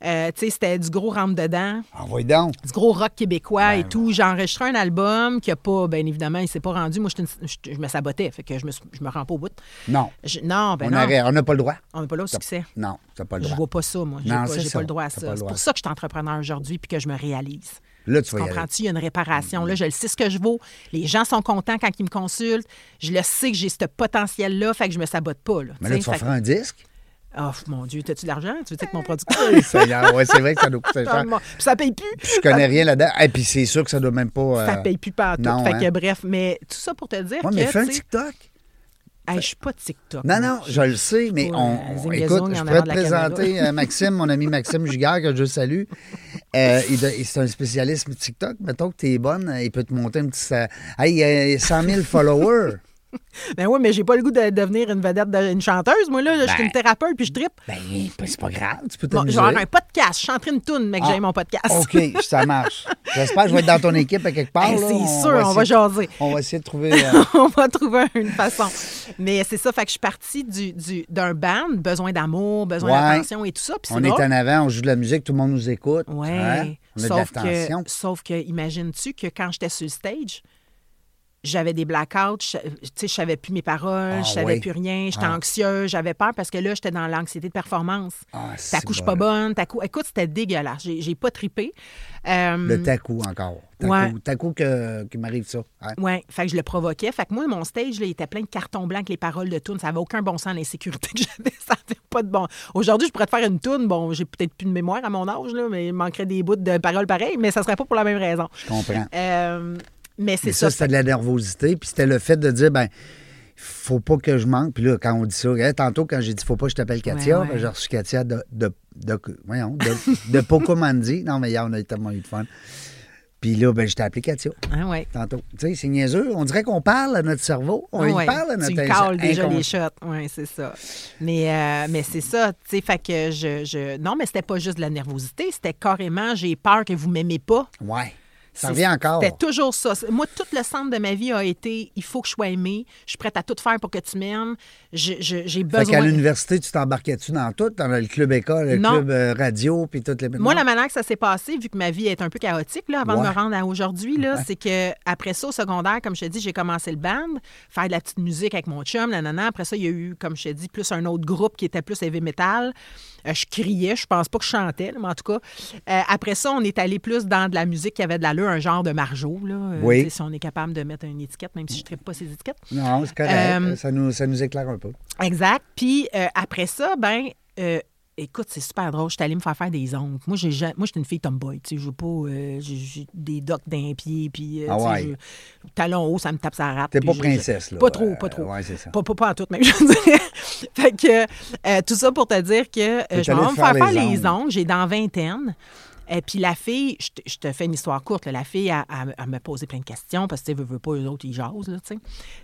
Speaker 2: Euh, tu sais, c'était du gros rentre-dedans,
Speaker 1: Ah oui, donc.
Speaker 2: du gros rock québécois
Speaker 1: Ben
Speaker 2: et tout. J'ai enregistré un album qui a pas, bien évidemment, il s'est pas rendu. Moi, j'étais une- je, je me sabotais, fait que je me, suis- je me rends pas au bout.
Speaker 1: Non.
Speaker 2: Je- non, ben
Speaker 1: on
Speaker 2: non,
Speaker 1: arrête, on n'a pas le droit.
Speaker 2: on n'est pas là au succès.
Speaker 1: Non, t'as pas le
Speaker 2: Je
Speaker 1: droit.
Speaker 2: vois pas ça, moi. J'ai
Speaker 1: Non,
Speaker 2: pas,
Speaker 1: c'est
Speaker 2: j'ai
Speaker 1: ça.
Speaker 2: pas le droit à
Speaker 1: T'as
Speaker 2: ça.
Speaker 1: pas le
Speaker 2: C'est
Speaker 1: droit.
Speaker 2: pour ça que je suis entrepreneur aujourd'hui puis que je me réalise.
Speaker 1: Là, tu
Speaker 2: Tu
Speaker 1: vas y aller. Mm-hmm.
Speaker 2: comprends-tu? Il y a une réparation. Là, je le sais ce que je vaux. Les gens sont contents quand ils me consultent. Je le sais que j'ai ce potentiel-là, fait que je me sabote pas. Là,
Speaker 1: Mais là,
Speaker 2: tu
Speaker 1: tu
Speaker 2: sais.
Speaker 1: vas
Speaker 2: Fait que-
Speaker 1: faire un disque.
Speaker 2: Oh mon Dieu, t'as-tu de l'argent? Tu veux dire que mon producteur.
Speaker 1: Oui, Seigneur, ouais, Ah, c'est vrai que ça doit coûter cher.
Speaker 2: Puis ça paye plus.
Speaker 1: Je connais rien là-dedans. Et puis c'est sûr que ça doit même pas. euh,
Speaker 2: Ça paye plus pas tout.
Speaker 1: non,
Speaker 2: fait que
Speaker 1: hein.
Speaker 2: bref, mais tout ça pour te dire
Speaker 1: Ouais, mais
Speaker 2: que.
Speaker 1: fais un
Speaker 2: tu sais,
Speaker 1: TikTok.
Speaker 2: hey, je suis pas TikTok.
Speaker 1: Non,
Speaker 2: moi.
Speaker 1: non, je le sais, mais
Speaker 2: pas,
Speaker 1: on,
Speaker 2: euh,
Speaker 1: on-
Speaker 2: Zing
Speaker 1: écoute,
Speaker 2: Gazong
Speaker 1: je
Speaker 2: en
Speaker 1: pourrais te
Speaker 2: avant de la caméra.
Speaker 1: présenter euh, Maxime, mon ami Maxime Giguère, que je salue. Euh, il de- il- c'est un spécialiste TikTok. Mettons que tu es bonne, euh, il peut te monter un petit... sa- Hey, euh, 100 000 followers.
Speaker 2: Ben oui, mais j'ai pas le goût de devenir une vedette, de- une chanteuse. Moi, là, je suis
Speaker 1: Ben.
Speaker 2: une thérapeute puis je tripe.
Speaker 1: ben, c'est pas grave, tu peux
Speaker 2: Bon, je
Speaker 1: t'amuser.
Speaker 2: vais avoir un podcast. Je chanterai une toune, mec, que
Speaker 1: Ah.
Speaker 2: j'ai mon podcast.
Speaker 1: OK, ça marche. J'espère que je vais être dans ton équipe à quelque part.
Speaker 2: Hey,
Speaker 1: là.
Speaker 2: Eh, Ben, c'est sûr, on va
Speaker 1: essayer-
Speaker 2: jaser.
Speaker 1: On va essayer de trouver... euh,
Speaker 2: on va trouver une façon. Mais c'est ça, fait que je suis partie du- du- d'un band, besoin d'amour, besoin
Speaker 1: Ouais.
Speaker 2: d'attention et tout ça. Puis c'est
Speaker 1: on est
Speaker 2: drôle.
Speaker 1: en avant, on joue de la musique, tout le monde nous écoute.
Speaker 2: Oui.
Speaker 1: hein, On a
Speaker 2: sauf,
Speaker 1: de l'attention.
Speaker 2: que, sauf que, imagines-tu que quand j'étais sur le stage, j'avais des blackouts, je, tu sais, je savais plus mes paroles,
Speaker 1: Ah
Speaker 2: je savais
Speaker 1: oui.
Speaker 2: plus rien, j'étais
Speaker 1: Ah.
Speaker 2: anxieuse, j'avais peur parce que là, j'étais dans l'anxiété de performance.
Speaker 1: Ah,
Speaker 2: ta
Speaker 1: c'est
Speaker 2: couche
Speaker 1: bon.
Speaker 2: pas bonne, ta cou... Écoute, c'était dégueulasse. J'ai j'ai pas tripé. Euh,
Speaker 1: Le taco encore. Taco,
Speaker 2: Ouais.
Speaker 1: taco que, que m'arrive ça. hein.
Speaker 2: Ouais, fait que je le provoquais. Fait que moi, mon stage, là, il était plein de cartons blancs avec les paroles de tunes. Ça n'avait aucun bon sens, l'insécurité que j'avais. Ça n'avait pas de bon. Aujourd'hui, je pourrais te faire une tune. Bon, j'ai peut-être plus de mémoire à mon âge, là, mais il manquerait des bouts de paroles pareilles, mais ça serait pas pour la même raison.
Speaker 1: Je comprends.
Speaker 2: Euh, mais c'est
Speaker 1: Mais ça,
Speaker 2: ça.
Speaker 1: c'était de la nervosité. Puis c'était le fait de dire, ben faut pas que je manque. Puis là, quand on dit ça, regarde, tantôt, quand j'ai dit faut pas que je t'appelle Katia,
Speaker 2: Ouais, ouais.
Speaker 1: ben, j'ai reçu Katia de, de, de, voyons, de, de Pocomandi. Non, mais hier, on a eu tellement eu de fun. Puis là, ben, je t'ai appelé Katia
Speaker 2: Hein, ouais.
Speaker 1: tantôt. Tu sais, c'est niaiseux. On dirait qu'on parle à notre cerveau. On
Speaker 2: Ah
Speaker 1: lui
Speaker 2: ouais,
Speaker 1: parle à notre
Speaker 2: Tu lui
Speaker 1: ins-
Speaker 2: cales déjà
Speaker 1: inconscient.
Speaker 2: les shots. Oui, c'est ça. Mais, euh, mais c'est ça. tu sais, Fait que je, je- Non, mais c'était pas juste de la nervosité. C'était carrément j'ai peur que vous m'aimez pas.
Speaker 1: Ouais. Ça
Speaker 2: C'est-
Speaker 1: revient encore.
Speaker 2: C'était toujours ça. C'est- Moi, tout le centre de ma vie a été il faut que je sois aimée. Je suis prête à tout faire pour que tu m'aimes. Je- je- J'ai
Speaker 1: Fait qu'à
Speaker 2: besoin.
Speaker 1: l'université, tu t'embarquais-tu dans tout? Dans le club école, le
Speaker 2: Non.
Speaker 1: club euh, radio, puis toutes les...
Speaker 2: Moi, la manière que ça s'est passé, vu que ma vie est un peu chaotique là, avant
Speaker 1: Ouais.
Speaker 2: de me rendre à aujourd'hui, là, c'est que après ça, au secondaire, comme je te dis, j'ai commencé le band, faire de la petite musique avec mon chum, nanana. Après ça, il y a eu, comme je te dis, plus un autre groupe qui était plus heavy metal. Euh, je criais, je pense pas que je chantais, là, mais en tout cas. euh, après ça, on est allé plus dans de la musique qui avait de l'allure, un genre de margeau, là. euh,
Speaker 1: Oui.
Speaker 2: tu sais, Si on est capable de mettre une étiquette, même si je ne pas ces étiquettes.
Speaker 1: Non, c'est correct.
Speaker 2: Euh,
Speaker 1: Ça, nous, ça nous éclaire un peu.
Speaker 2: Exact. Puis euh, après ça, ben euh, écoute, c'est super drôle. Je suis allée me faire faire des ongles. Moi, j'ai ja- moi, j'étais une fille tomboy. Tu sais, je veux pas. euh, j'ai j'ai des docks d'un pied, puis euh,
Speaker 1: Ah
Speaker 2: tu sais,
Speaker 1: ouais.
Speaker 2: je- talons hauts, ça me tape sa rate.
Speaker 1: T'es
Speaker 2: puis
Speaker 1: pas
Speaker 2: je-
Speaker 1: princesse,
Speaker 2: je-
Speaker 1: là.
Speaker 2: Pas trop,
Speaker 1: Euh,
Speaker 2: pas trop.
Speaker 1: ouais, c'est ça.
Speaker 2: Pas, pas, pas en tout, même, je veux dire. fait que euh, tout ça pour te dire que euh,
Speaker 1: T'es
Speaker 2: je m'en
Speaker 1: allée
Speaker 2: vais me
Speaker 1: te
Speaker 2: faire
Speaker 1: faire
Speaker 2: faire
Speaker 1: les
Speaker 2: les
Speaker 1: ongles.
Speaker 2: ongles. J'ai dans vingtaine. Et puis la fille, je te, je te fais une histoire courte, là. la fille, elle, elle- elle me posait plein de questions parce que, tu sais, veux, veux pas, eux autres, ils jasent, là, tu sais.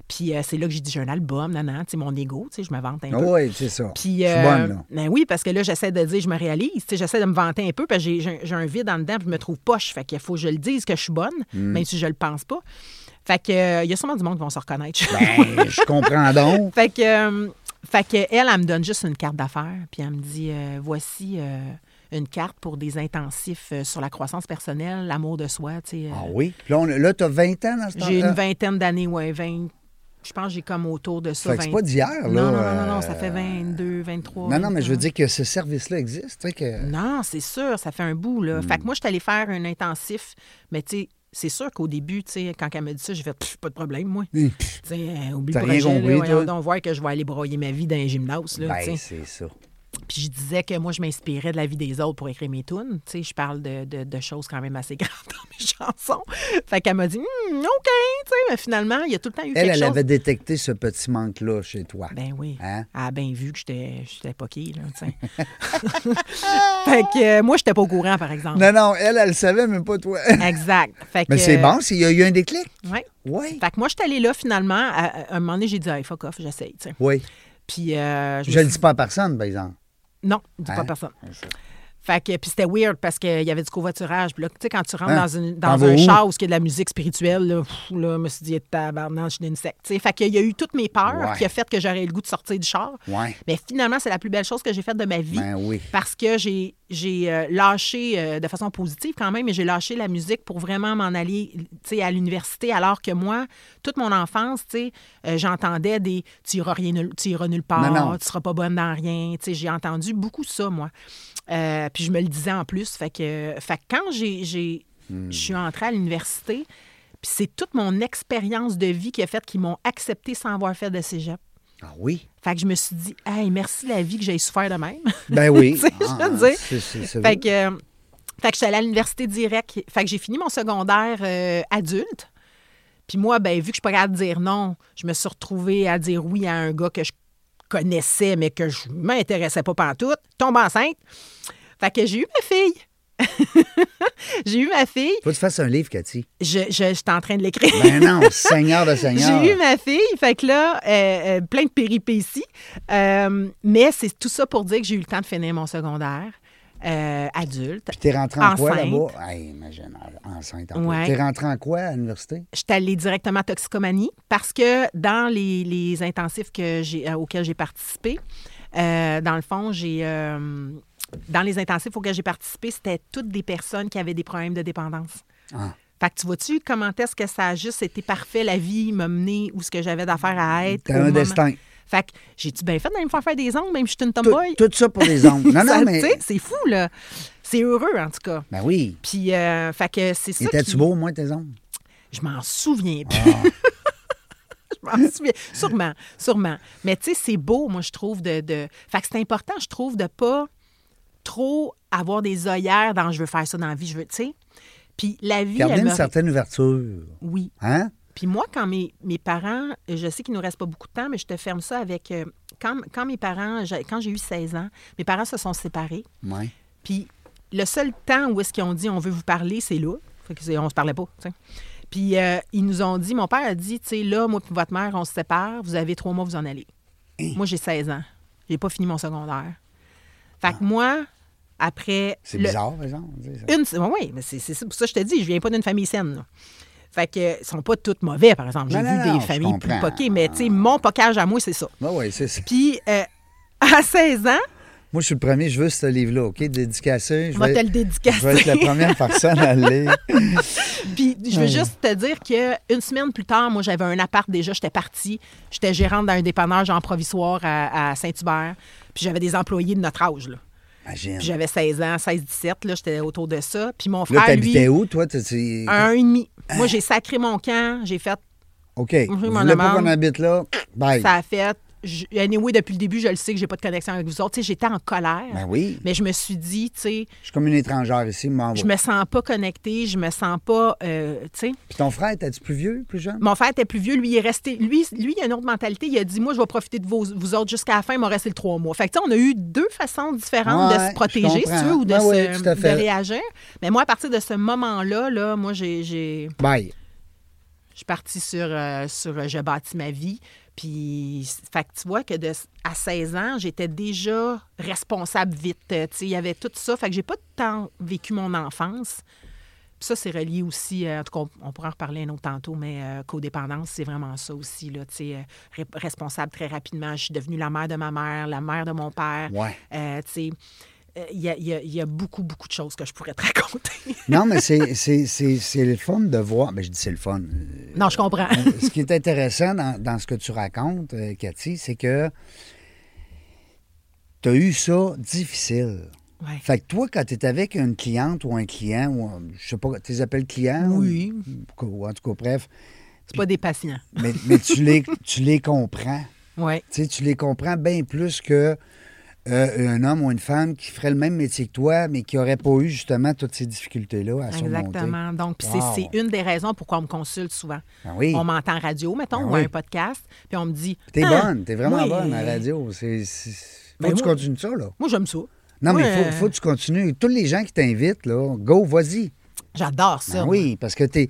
Speaker 2: Puis euh, c'est là que j'ai dit, j'ai un album, non, non, tu sais, mon ego, tu sais, je me vante un
Speaker 1: Ah
Speaker 2: peu.
Speaker 1: oui, c'est ça.
Speaker 2: Puis,
Speaker 1: je suis
Speaker 2: euh,
Speaker 1: bonne, là.
Speaker 2: ben oui, parce que là, j'essaie de dire, je me réalise. Tu sais, J'essaie de me vanter un peu, parce que j'ai- j'ai j'ai un vide en dedans, puis je me trouve poche. Fait qu'il faut que je le dise que je suis bonne,
Speaker 1: Hmm.
Speaker 2: même si je le pense pas. Fait que, euh, il y a sûrement du monde qui vont se reconnaître.
Speaker 1: Ben, je comprends donc.
Speaker 2: fait que, euh, fait que elle, elle me donne juste une carte d'affaires, puis elle me dit, euh, voici, euh, une carte pour des intensifs euh, sur la croissance personnelle, l'amour de soi. tu sais, euh.
Speaker 1: Ah oui? Puis Là, on- là tu as 20 ans dans ce temps-là?
Speaker 2: J'ai une vingtaine d'années, ouais, 20. Je pense que j'ai comme autour de ça.
Speaker 1: Fait que c'est
Speaker 2: 20
Speaker 1: pas d'hier, là.
Speaker 2: Non, non, non, non,
Speaker 1: euh,
Speaker 2: non, ça fait 22, 23.
Speaker 1: Non, non, mais je veux
Speaker 2: 21.
Speaker 1: dire que ce service-là existe. tu sais, que...
Speaker 2: Non, c'est sûr, ça fait un bout, là. Fait que moi, je suis allée faire un intensif, mais tu sais, c'est sûr qu'au début, tu sais, quand elle m'a dit ça, j'ai fait Pff, pas de problème, moi. Tu
Speaker 1: Hum,
Speaker 2: sais, euh, oublie
Speaker 1: T'as
Speaker 2: le
Speaker 1: rien
Speaker 2: projet, là,
Speaker 1: compris, toi?
Speaker 2: voyons donc voir que je vais aller broyer ma vie dans un gymnase, là, tu
Speaker 1: Ben,
Speaker 2: sais.
Speaker 1: c'est ça.
Speaker 2: Puis je disais que moi, je m'inspirais de la vie des autres pour écrire mes tunes. Tu sais, je parle de, de- de choses quand même assez grandes dans mes chansons. Fait qu'elle m'a dit, Hmm, OK, tu sais, mais finalement, il y a tout le temps eu
Speaker 1: Elle,
Speaker 2: quelque
Speaker 1: elle
Speaker 2: chose.
Speaker 1: avait détecté ce petit manque-là chez toi.
Speaker 2: Ben oui.
Speaker 1: Hein?
Speaker 2: Elle a bien vu que j'étais j'étais pas qui, là, tu sais. fait que euh, moi, j'étais pas au courant, par exemple.
Speaker 1: Non, non, elle, elle savait, mais pas toi.
Speaker 2: Exact. Fait que,
Speaker 1: Mais c'est bon, s'il y a eu un déclic.
Speaker 2: Ouais.
Speaker 1: Oui.
Speaker 2: Fait que moi, je suis allée là, finalement. À, à un moment donné, j'ai dit, hey, fuck off, j'essaye. tu sais.
Speaker 1: Oui.
Speaker 2: Puis, euh,
Speaker 1: Je
Speaker 2: me
Speaker 1: le
Speaker 2: suis-
Speaker 1: dis pas à personne, par exemple.
Speaker 2: Non, dis pas
Speaker 1: Hein?
Speaker 2: à personne. Fait que, puis c'était weird parce qu'il y avait du covoiturage. Puis là, tu sais, quand tu rentres
Speaker 1: Hein?
Speaker 2: dans, une,
Speaker 1: T'en
Speaker 2: dans
Speaker 1: vas
Speaker 2: un
Speaker 1: où?
Speaker 2: char où il y a de la musique spirituelle, là, pff, là, je me suis dit, tabarnak, je suis une secte. Tu sais, Fait qu'il y a eu toutes mes peurs
Speaker 1: Ouais.
Speaker 2: qui a fait que j'aurais le goût de sortir du char.
Speaker 1: Ouais.
Speaker 2: Mais finalement, c'est la plus belle chose que j'ai faite de ma vie.
Speaker 1: Ben oui.
Speaker 2: Parce que j'ai j'ai, euh, lâché euh, de façon positive quand même, mais j'ai lâché la musique pour vraiment m'en aller tu sais, à l'université, alors que moi, toute mon enfance, tu sais, euh, j'entendais des tu iras, rien, nul- tu iras nulle part,
Speaker 1: Non, non.
Speaker 2: tu seras pas bonne dans rien. Tu sais, J'ai entendu beaucoup ça, moi. Euh, puis je me le disais en plus. Fait que, fait que quand j'ai- j'ai- je suis
Speaker 1: Hmm.
Speaker 2: entrée à l'université, puis c'est toute mon expérience de vie qui a fait qu'ils m'ont accepté sans avoir fait de cégep.
Speaker 1: Ah oui.
Speaker 2: Fait que je me suis dit, hey, merci la vie que j'ai souffert de même.
Speaker 1: Ben oui.
Speaker 2: Tu sais, je
Speaker 1: Ah,
Speaker 2: veux
Speaker 1: ah,
Speaker 2: dire.
Speaker 1: c'est- c'est- c'est vrai.
Speaker 2: fait que, euh, fait que je suis allée à l'université direct. Fait que j'ai fini mon secondaire euh, adulte. Puis moi, ben, vu que je suis pas capable de dire non, je me suis retrouvée à dire oui à un gars que je connaissais, mais que je m'intéressais pas pantoute. Tombe enceinte. Fait que j'ai eu ma fille. j'ai eu ma fille.
Speaker 1: Faut que tu fasses un livre, Cathy.
Speaker 2: Je, je, je suis en train de l'écrire.
Speaker 1: Ben non, Seigneur de Seigneur.
Speaker 2: J'ai eu ma fille, fait que là, euh, euh, plein de péripéties. Euh, mais c'est tout ça pour dire que j'ai eu le temps de finir mon secondaire euh, adulte.
Speaker 1: Puis t'es rentré en quoi
Speaker 2: Enceinte.
Speaker 1: là-bas? Hey, imagine, enceinte. En
Speaker 2: Ouais.
Speaker 1: plus. T'es rentré en quoi à l'université?
Speaker 2: Je suis allée directement à toxicomanie parce que dans les, les intensifs que j'ai, euh, auxquels j'ai participé, euh, dans le fond, j'ai. euh, dans les intensifs auxquels j'ai participé, c'était toutes des personnes qui avaient des problèmes de dépendance.
Speaker 1: Ah.
Speaker 2: Fait que tu vois-tu comment est-ce que ça a juste été parfait, la vie m'a mené où ce que j'avais d'affaires à être.
Speaker 1: T'as
Speaker 2: au
Speaker 1: un
Speaker 2: moment-
Speaker 1: destin.
Speaker 2: Fait que j'ai-tu bien fait d'aller me faire faire des ongles, même si je suis une
Speaker 1: Tout,
Speaker 2: tomboy?
Speaker 1: tout ça pour les ongles. Non,
Speaker 2: Ça,
Speaker 1: non, mais.
Speaker 2: tu sais, C'est fou, là. C'est heureux, en tout cas.
Speaker 1: Ben oui.
Speaker 2: Puis, euh, fait que c'est ça.
Speaker 1: Étais-tu
Speaker 2: qui-
Speaker 1: beau, au moins, tes ongles?
Speaker 2: Je m'en souviens
Speaker 1: Ah.
Speaker 2: plus. je m'en souviens. Sûrement, sûrement. Mais tu sais, c'est beau, moi, je trouve, de, de- Fait que c'est important, je trouve, de pas trop avoir des œillères dans « je veux faire ça dans la vie, je veux... » Tu sais? Puis la vie,
Speaker 1: Garder
Speaker 2: elle
Speaker 1: une
Speaker 2: me...
Speaker 1: certaine ouverture.
Speaker 2: Oui.
Speaker 1: Hein?
Speaker 2: Puis moi, quand mes, mes parents, euh, je sais qu'il nous reste pas beaucoup de temps, mais je te ferme ça avec... euh, quand, quand mes parents, j'ai- quand j'ai eu 16 ans, mes parents se sont séparés.
Speaker 1: Ouais.
Speaker 2: Puis le seul temps où est-ce qu'ils ont dit on veut vous parler, c'est là. Fait que c'est- on se parlait pas. tu sais. Puis euh, ils nous ont dit, mon père a dit, tu sais, là, moi et votre mère, on se sépare, vous avez trois mois, vous en allez.
Speaker 1: Hein?
Speaker 2: Moi, j'ai 16 ans. J'ai pas fini mon secondaire. Fait que moi, après.
Speaker 1: Ah. C'est
Speaker 2: le-
Speaker 1: bizarre, par exemple. tu sais, ça.
Speaker 2: une, oui, oui, mais c'est c'est ça pour ça que je te dis, je viens pas d'une famille saine. là. Fait que euh, ils sont pas toutes mauvais, par exemple. J'ai
Speaker 1: Non,
Speaker 2: vu
Speaker 1: non,
Speaker 2: des
Speaker 1: non, je
Speaker 2: familles plus
Speaker 1: comprends.
Speaker 2: poquées, mais tu sais, mon poquage à moi, c'est ça.
Speaker 1: Ben oui, c'est ça.
Speaker 2: Puis euh, à 16 ans,
Speaker 1: Moi, je suis le premier, je veux ce livre-là, OK? Dédicacé. Je
Speaker 2: Va
Speaker 1: vais-
Speaker 2: te le dédicacer.
Speaker 1: Je vais être la première personne à le lire.
Speaker 2: Puis je veux juste te dire que une semaine plus tard, moi j'avais un appart déjà, j'étais partie, j'étais gérante d'un dépannage en provisoire à, à Saint-Hubert, puis j'avais des employés de notre âge là.
Speaker 1: Imagine.
Speaker 2: Puis j'avais 16 ans, 16 17 là, j'étais autour de ça, puis mon
Speaker 1: Là,
Speaker 2: frère lui
Speaker 1: t'habitais où, Ah. toi? T'as- tu-
Speaker 2: un un et demi. Moi j'ai sacré mon camp, j'ai fait
Speaker 1: OK.
Speaker 2: mon
Speaker 1: Vous voulez pas
Speaker 2: amende.
Speaker 1: qu'on habite là? Bye.
Speaker 2: ça a fait je- anyway depuis le début, je le sais que j'ai pas de connexion avec vous autres, Tu sais, j'étais en colère.
Speaker 1: Ben oui.
Speaker 2: Mais je me suis dit, tu sais,
Speaker 1: Je suis comme une étrangère ici, m'en
Speaker 2: je
Speaker 1: vais.
Speaker 2: me sens pas connectée, je me sens pas, euh, tu sais,
Speaker 1: Puis ton frère, t'as-tu plus vieux, plus jeune?
Speaker 2: Mon frère était plus vieux, lui, il est resté. Lui, lui, il a une autre mentalité. Il a dit Moi, je vais profiter de vos- vous autres jusqu'à la fin, il m'a resté le trois mois. Fait que, tu sais, on a eu deux façons différentes
Speaker 1: Ouais,
Speaker 2: de se protéger,
Speaker 1: je comprends.
Speaker 2: si tu veux, ou de,
Speaker 1: Ben oui,
Speaker 2: se-
Speaker 1: tout à
Speaker 2: de
Speaker 1: fait.
Speaker 2: réagir. Mais moi, à partir de ce moment-là, là, moi, j'ai. j'ai-
Speaker 1: Bye.
Speaker 2: Je suis partie sur, euh, sur euh, Je bâtis ma vie. Puis, fait que tu vois que de, à 16 ans, j'étais déjà responsable vite. Euh, Tu sais, il y avait tout ça. Fait que j'ai pas tant vécu mon enfance. Puis ça, c'est relié aussi, euh, en tout cas, on, on pourra en reparler un autre tantôt, mais euh, codépendance, c'est vraiment ça aussi, là, tu sais, euh, ré- responsable très rapidement. Je suis devenue la mère de ma mère, la mère de mon père.
Speaker 1: Ouais.
Speaker 2: Euh, tu sais, euh, il y, a, il y a- il y a beaucoup, beaucoup de choses que je pourrais te raconter.
Speaker 1: Non, mais c'est- c'est c'est- c'est le fun de voir. Mais je dis c'est le fun. Euh,
Speaker 2: non, je comprends.
Speaker 1: ce qui est intéressant dans, dans ce que tu racontes, euh, Cathy, c'est que tu as eu ça difficile.
Speaker 2: Ouais.
Speaker 1: Fait que toi, quand tu es avec une cliente ou un client, ou un- je sais pas, tu les appelles clients? ou-
Speaker 2: Oui.
Speaker 1: Ou, en tout cas, bref,
Speaker 2: C'est pas des patients.
Speaker 1: mais, mais tu, les, tu les comprends.
Speaker 2: Oui.
Speaker 1: Tu sais, tu les comprends bien plus que euh, un homme ou une femme qui ferait le même métier que toi, mais qui n'aurait pas eu justement toutes ces difficultés-là à surmonter.
Speaker 2: Exactement. Donc, puis
Speaker 1: Wow.
Speaker 2: c'est- c'est une des raisons pourquoi on me consulte souvent.
Speaker 1: Ah oui.
Speaker 2: On m'entend en radio, mettons,
Speaker 1: Ah
Speaker 2: ou
Speaker 1: oui.
Speaker 2: à un podcast, puis on me dit.
Speaker 1: T'es
Speaker 2: Ah,
Speaker 1: bonne, t'es vraiment
Speaker 2: oui.
Speaker 1: bonne à la radio. C'est, c'est- Faut
Speaker 2: Ben
Speaker 1: que tu
Speaker 2: moi-
Speaker 1: continues ça, là.
Speaker 2: Moi, j'aime ça.
Speaker 1: Non, mais
Speaker 2: Moi,
Speaker 1: il
Speaker 2: euh,
Speaker 1: faut, faut que tu continues. Tous les gens qui t'invitent, là, go, vas-y.
Speaker 2: J'adore
Speaker 1: Ben
Speaker 2: ça. moi.
Speaker 1: oui, parce que t'es.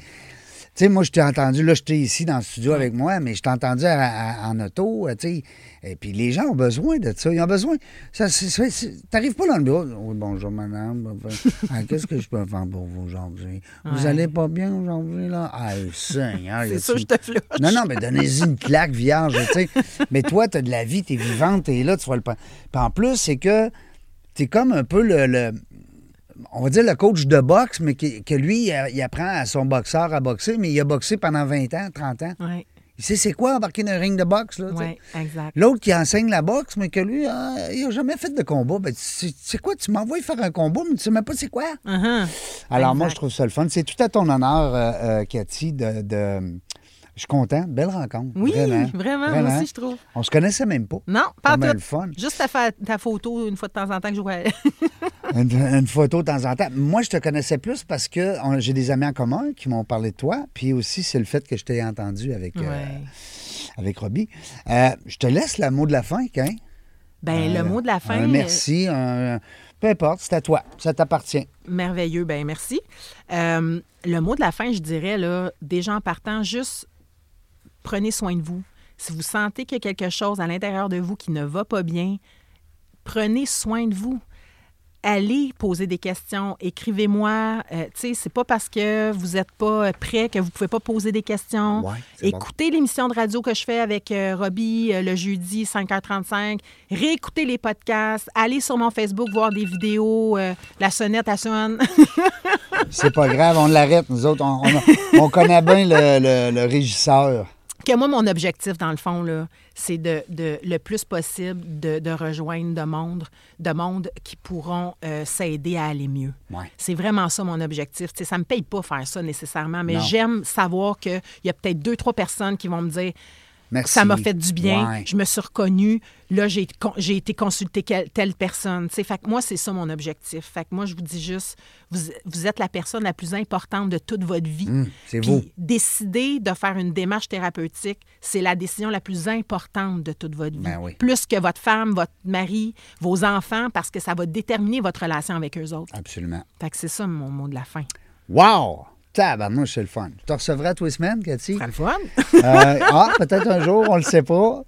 Speaker 1: Tu sais, moi, je t'ai entendu, là, j'étais ici dans le studio avec moi, mais je t'ai entendu à- à- en auto, euh, tu sais. Et puis les gens ont besoin de ça. Ils ont besoin. Ça, c'est- c'est- c'est- T'arrives pas dans le bureau. Oui, bonjour, madame. Bon, bon. Ah, Qu'est-ce que je peux faire pour vous aujourd'hui? Vous
Speaker 2: Ouais.
Speaker 1: allez pas bien aujourd'hui, là? Ah, Seigneur. y
Speaker 2: C'est
Speaker 1: a-tu
Speaker 2: sûr,
Speaker 1: une-
Speaker 2: je te flush.
Speaker 1: non, non, mais donnez-y une claque vierge, tu sais. Mais toi, t'as de la vie, t'es vivante, t'es là, tu vas le prendre. Puis en plus, c'est que t'es comme un peu le, le- On va dire le coach de boxe, mais qui- que lui, il, a- il apprend à son boxeur à boxer, mais il a boxé pendant 20 ans, 30 ans.
Speaker 2: Oui,
Speaker 1: Il sait c'est quoi embarquer dans un ring de boxe, là, tu sais.
Speaker 2: ouais, exact.
Speaker 1: L'autre qui enseigne la boxe, mais que lui, ah, il n'a jamais fait de combat. Ben, c'est c'est quoi? Tu m'envoies faire un combat, mais tu sais même pas c'est quoi?
Speaker 2: Uh-huh.
Speaker 1: Alors,
Speaker 2: Exact.
Speaker 1: moi, je trouve ça le fun. C'est tout à ton honneur, euh, euh, Cathy, de. de- Je suis content. Belle rencontre.
Speaker 2: Oui,
Speaker 1: vraiment.
Speaker 2: vraiment, moi aussi, je trouve.
Speaker 1: On se connaissait même pas.
Speaker 2: Non,
Speaker 1: Pas
Speaker 2: pas
Speaker 1: mal
Speaker 2: tout.
Speaker 1: le fun.
Speaker 2: Juste ta, fa- ta photo une fois de temps en temps que je vois.
Speaker 1: Une, une photo de temps en temps. Moi, je te connaissais plus parce que on- j'ai des amis en commun qui m'ont parlé de toi. Puis aussi, c'est le fait que je t'ai entendu avec, euh,
Speaker 2: Ouais.
Speaker 1: avec Robbie. Euh, je te laisse le mot de la fin, hein?
Speaker 2: Ben, le mot de la fin.
Speaker 1: Un
Speaker 2: euh,
Speaker 1: merci. un- Peu importe, c'est à toi. Ça t'appartient.
Speaker 2: Merveilleux, ben merci. Euh, le mot de la fin, je dirais, là, déjà en partant, juste prenez soin de vous. Si vous sentez qu'il y a quelque chose à l'intérieur de vous qui ne va pas bien, prenez soin de vous. Allez poser des questions, écrivez-moi. Euh, tu sais, c'est pas parce que vous n'êtes pas euh, prêt que vous pouvez pas poser des questions.
Speaker 1: Ouais, c'est bon.
Speaker 2: Écoutez l'émission de radio que je fais avec euh, Robbie euh, le jeudi 5h35. Réécoutez les podcasts. Allez sur mon Facebook voir des vidéos. euh, la sonnette à sonne.
Speaker 1: C'est pas grave, on l'arrête, nous autres. On, on- on connaît bien le- le- le régisseur.
Speaker 2: que moi, mon objectif, dans le fond, là, c'est de, de- le plus possible de, de rejoindre de monde, de monde qui pourront euh, s'aider à aller mieux.
Speaker 1: Ouais.
Speaker 2: C'est vraiment ça mon objectif. Tu sais, ça ne me paye pas faire ça nécessairement, mais
Speaker 1: Non.
Speaker 2: j'aime savoir qu'il y a peut-être deux, trois personnes qui vont me dire
Speaker 1: Merci.
Speaker 2: ça m'a fait du bien,
Speaker 1: Ouais.
Speaker 2: je me suis reconnue, là, j'ai con- j'ai été consulter quel- telle personne. Tu sais, fait que moi, c'est ça mon objectif. Fait que moi, je vous dis juste, vous, vous êtes la personne la plus importante de toute votre vie.
Speaker 1: Hum, c'est
Speaker 2: Puis
Speaker 1: beau.
Speaker 2: décider de faire une démarche thérapeutique, c'est la décision la plus importante de toute votre vie.
Speaker 1: Ben oui.
Speaker 2: Plus que votre femme, votre mari, vos enfants, parce que ça va déterminer votre relation avec eux autres.
Speaker 1: Absolument.
Speaker 2: Fait que c'est ça mon mot de la fin.
Speaker 1: Wow! Tabarnouche, c'est le fun. Je te recevrai tous les semaines, Cathy.
Speaker 2: Ça le fun?
Speaker 1: Euh, ah, peut-être un jour, on le sait pas.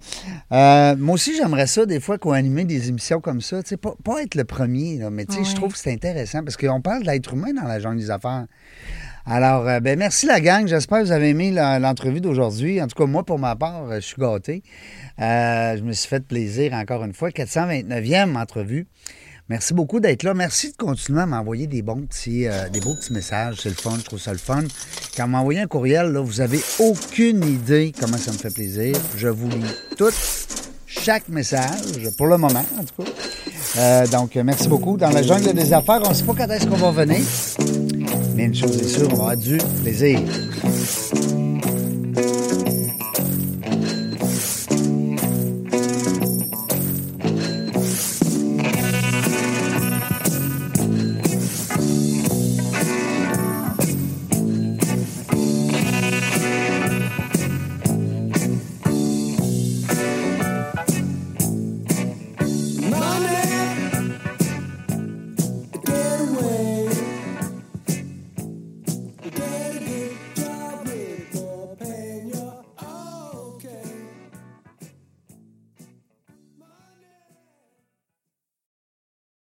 Speaker 1: Euh, moi aussi, j'aimerais ça, des fois, qu'on anime des émissions comme ça. Tu sais, pas, pas être le premier, là, mais tu sais, je
Speaker 2: Ouais.
Speaker 1: trouve que c'est intéressant parce qu'on parle de l'être humain dans la jungle des affaires. Alors, euh, ben, merci la gang. J'espère que vous avez aimé la- l'entrevue d'aujourd'hui. En tout cas, moi, pour ma part, euh, je suis gâté. Euh, je me suis fait plaisir encore une fois. 429e entrevue. Merci beaucoup d'être là. Merci de continuer à m'envoyer des bons petits, euh, des beaux petits messages. C'est le fun, je trouve ça le fun. Quand vous m'envoyez un courriel, là, vous avez aucune idée comment ça me fait plaisir. Je vous lis toutes chaque message, pour le moment, en tout cas. Euh, donc, euh, merci beaucoup. Dans la jungle des affaires, on ne sait pas quand est-ce qu'on va venir, mais une chose est sûre, on aura du plaisir.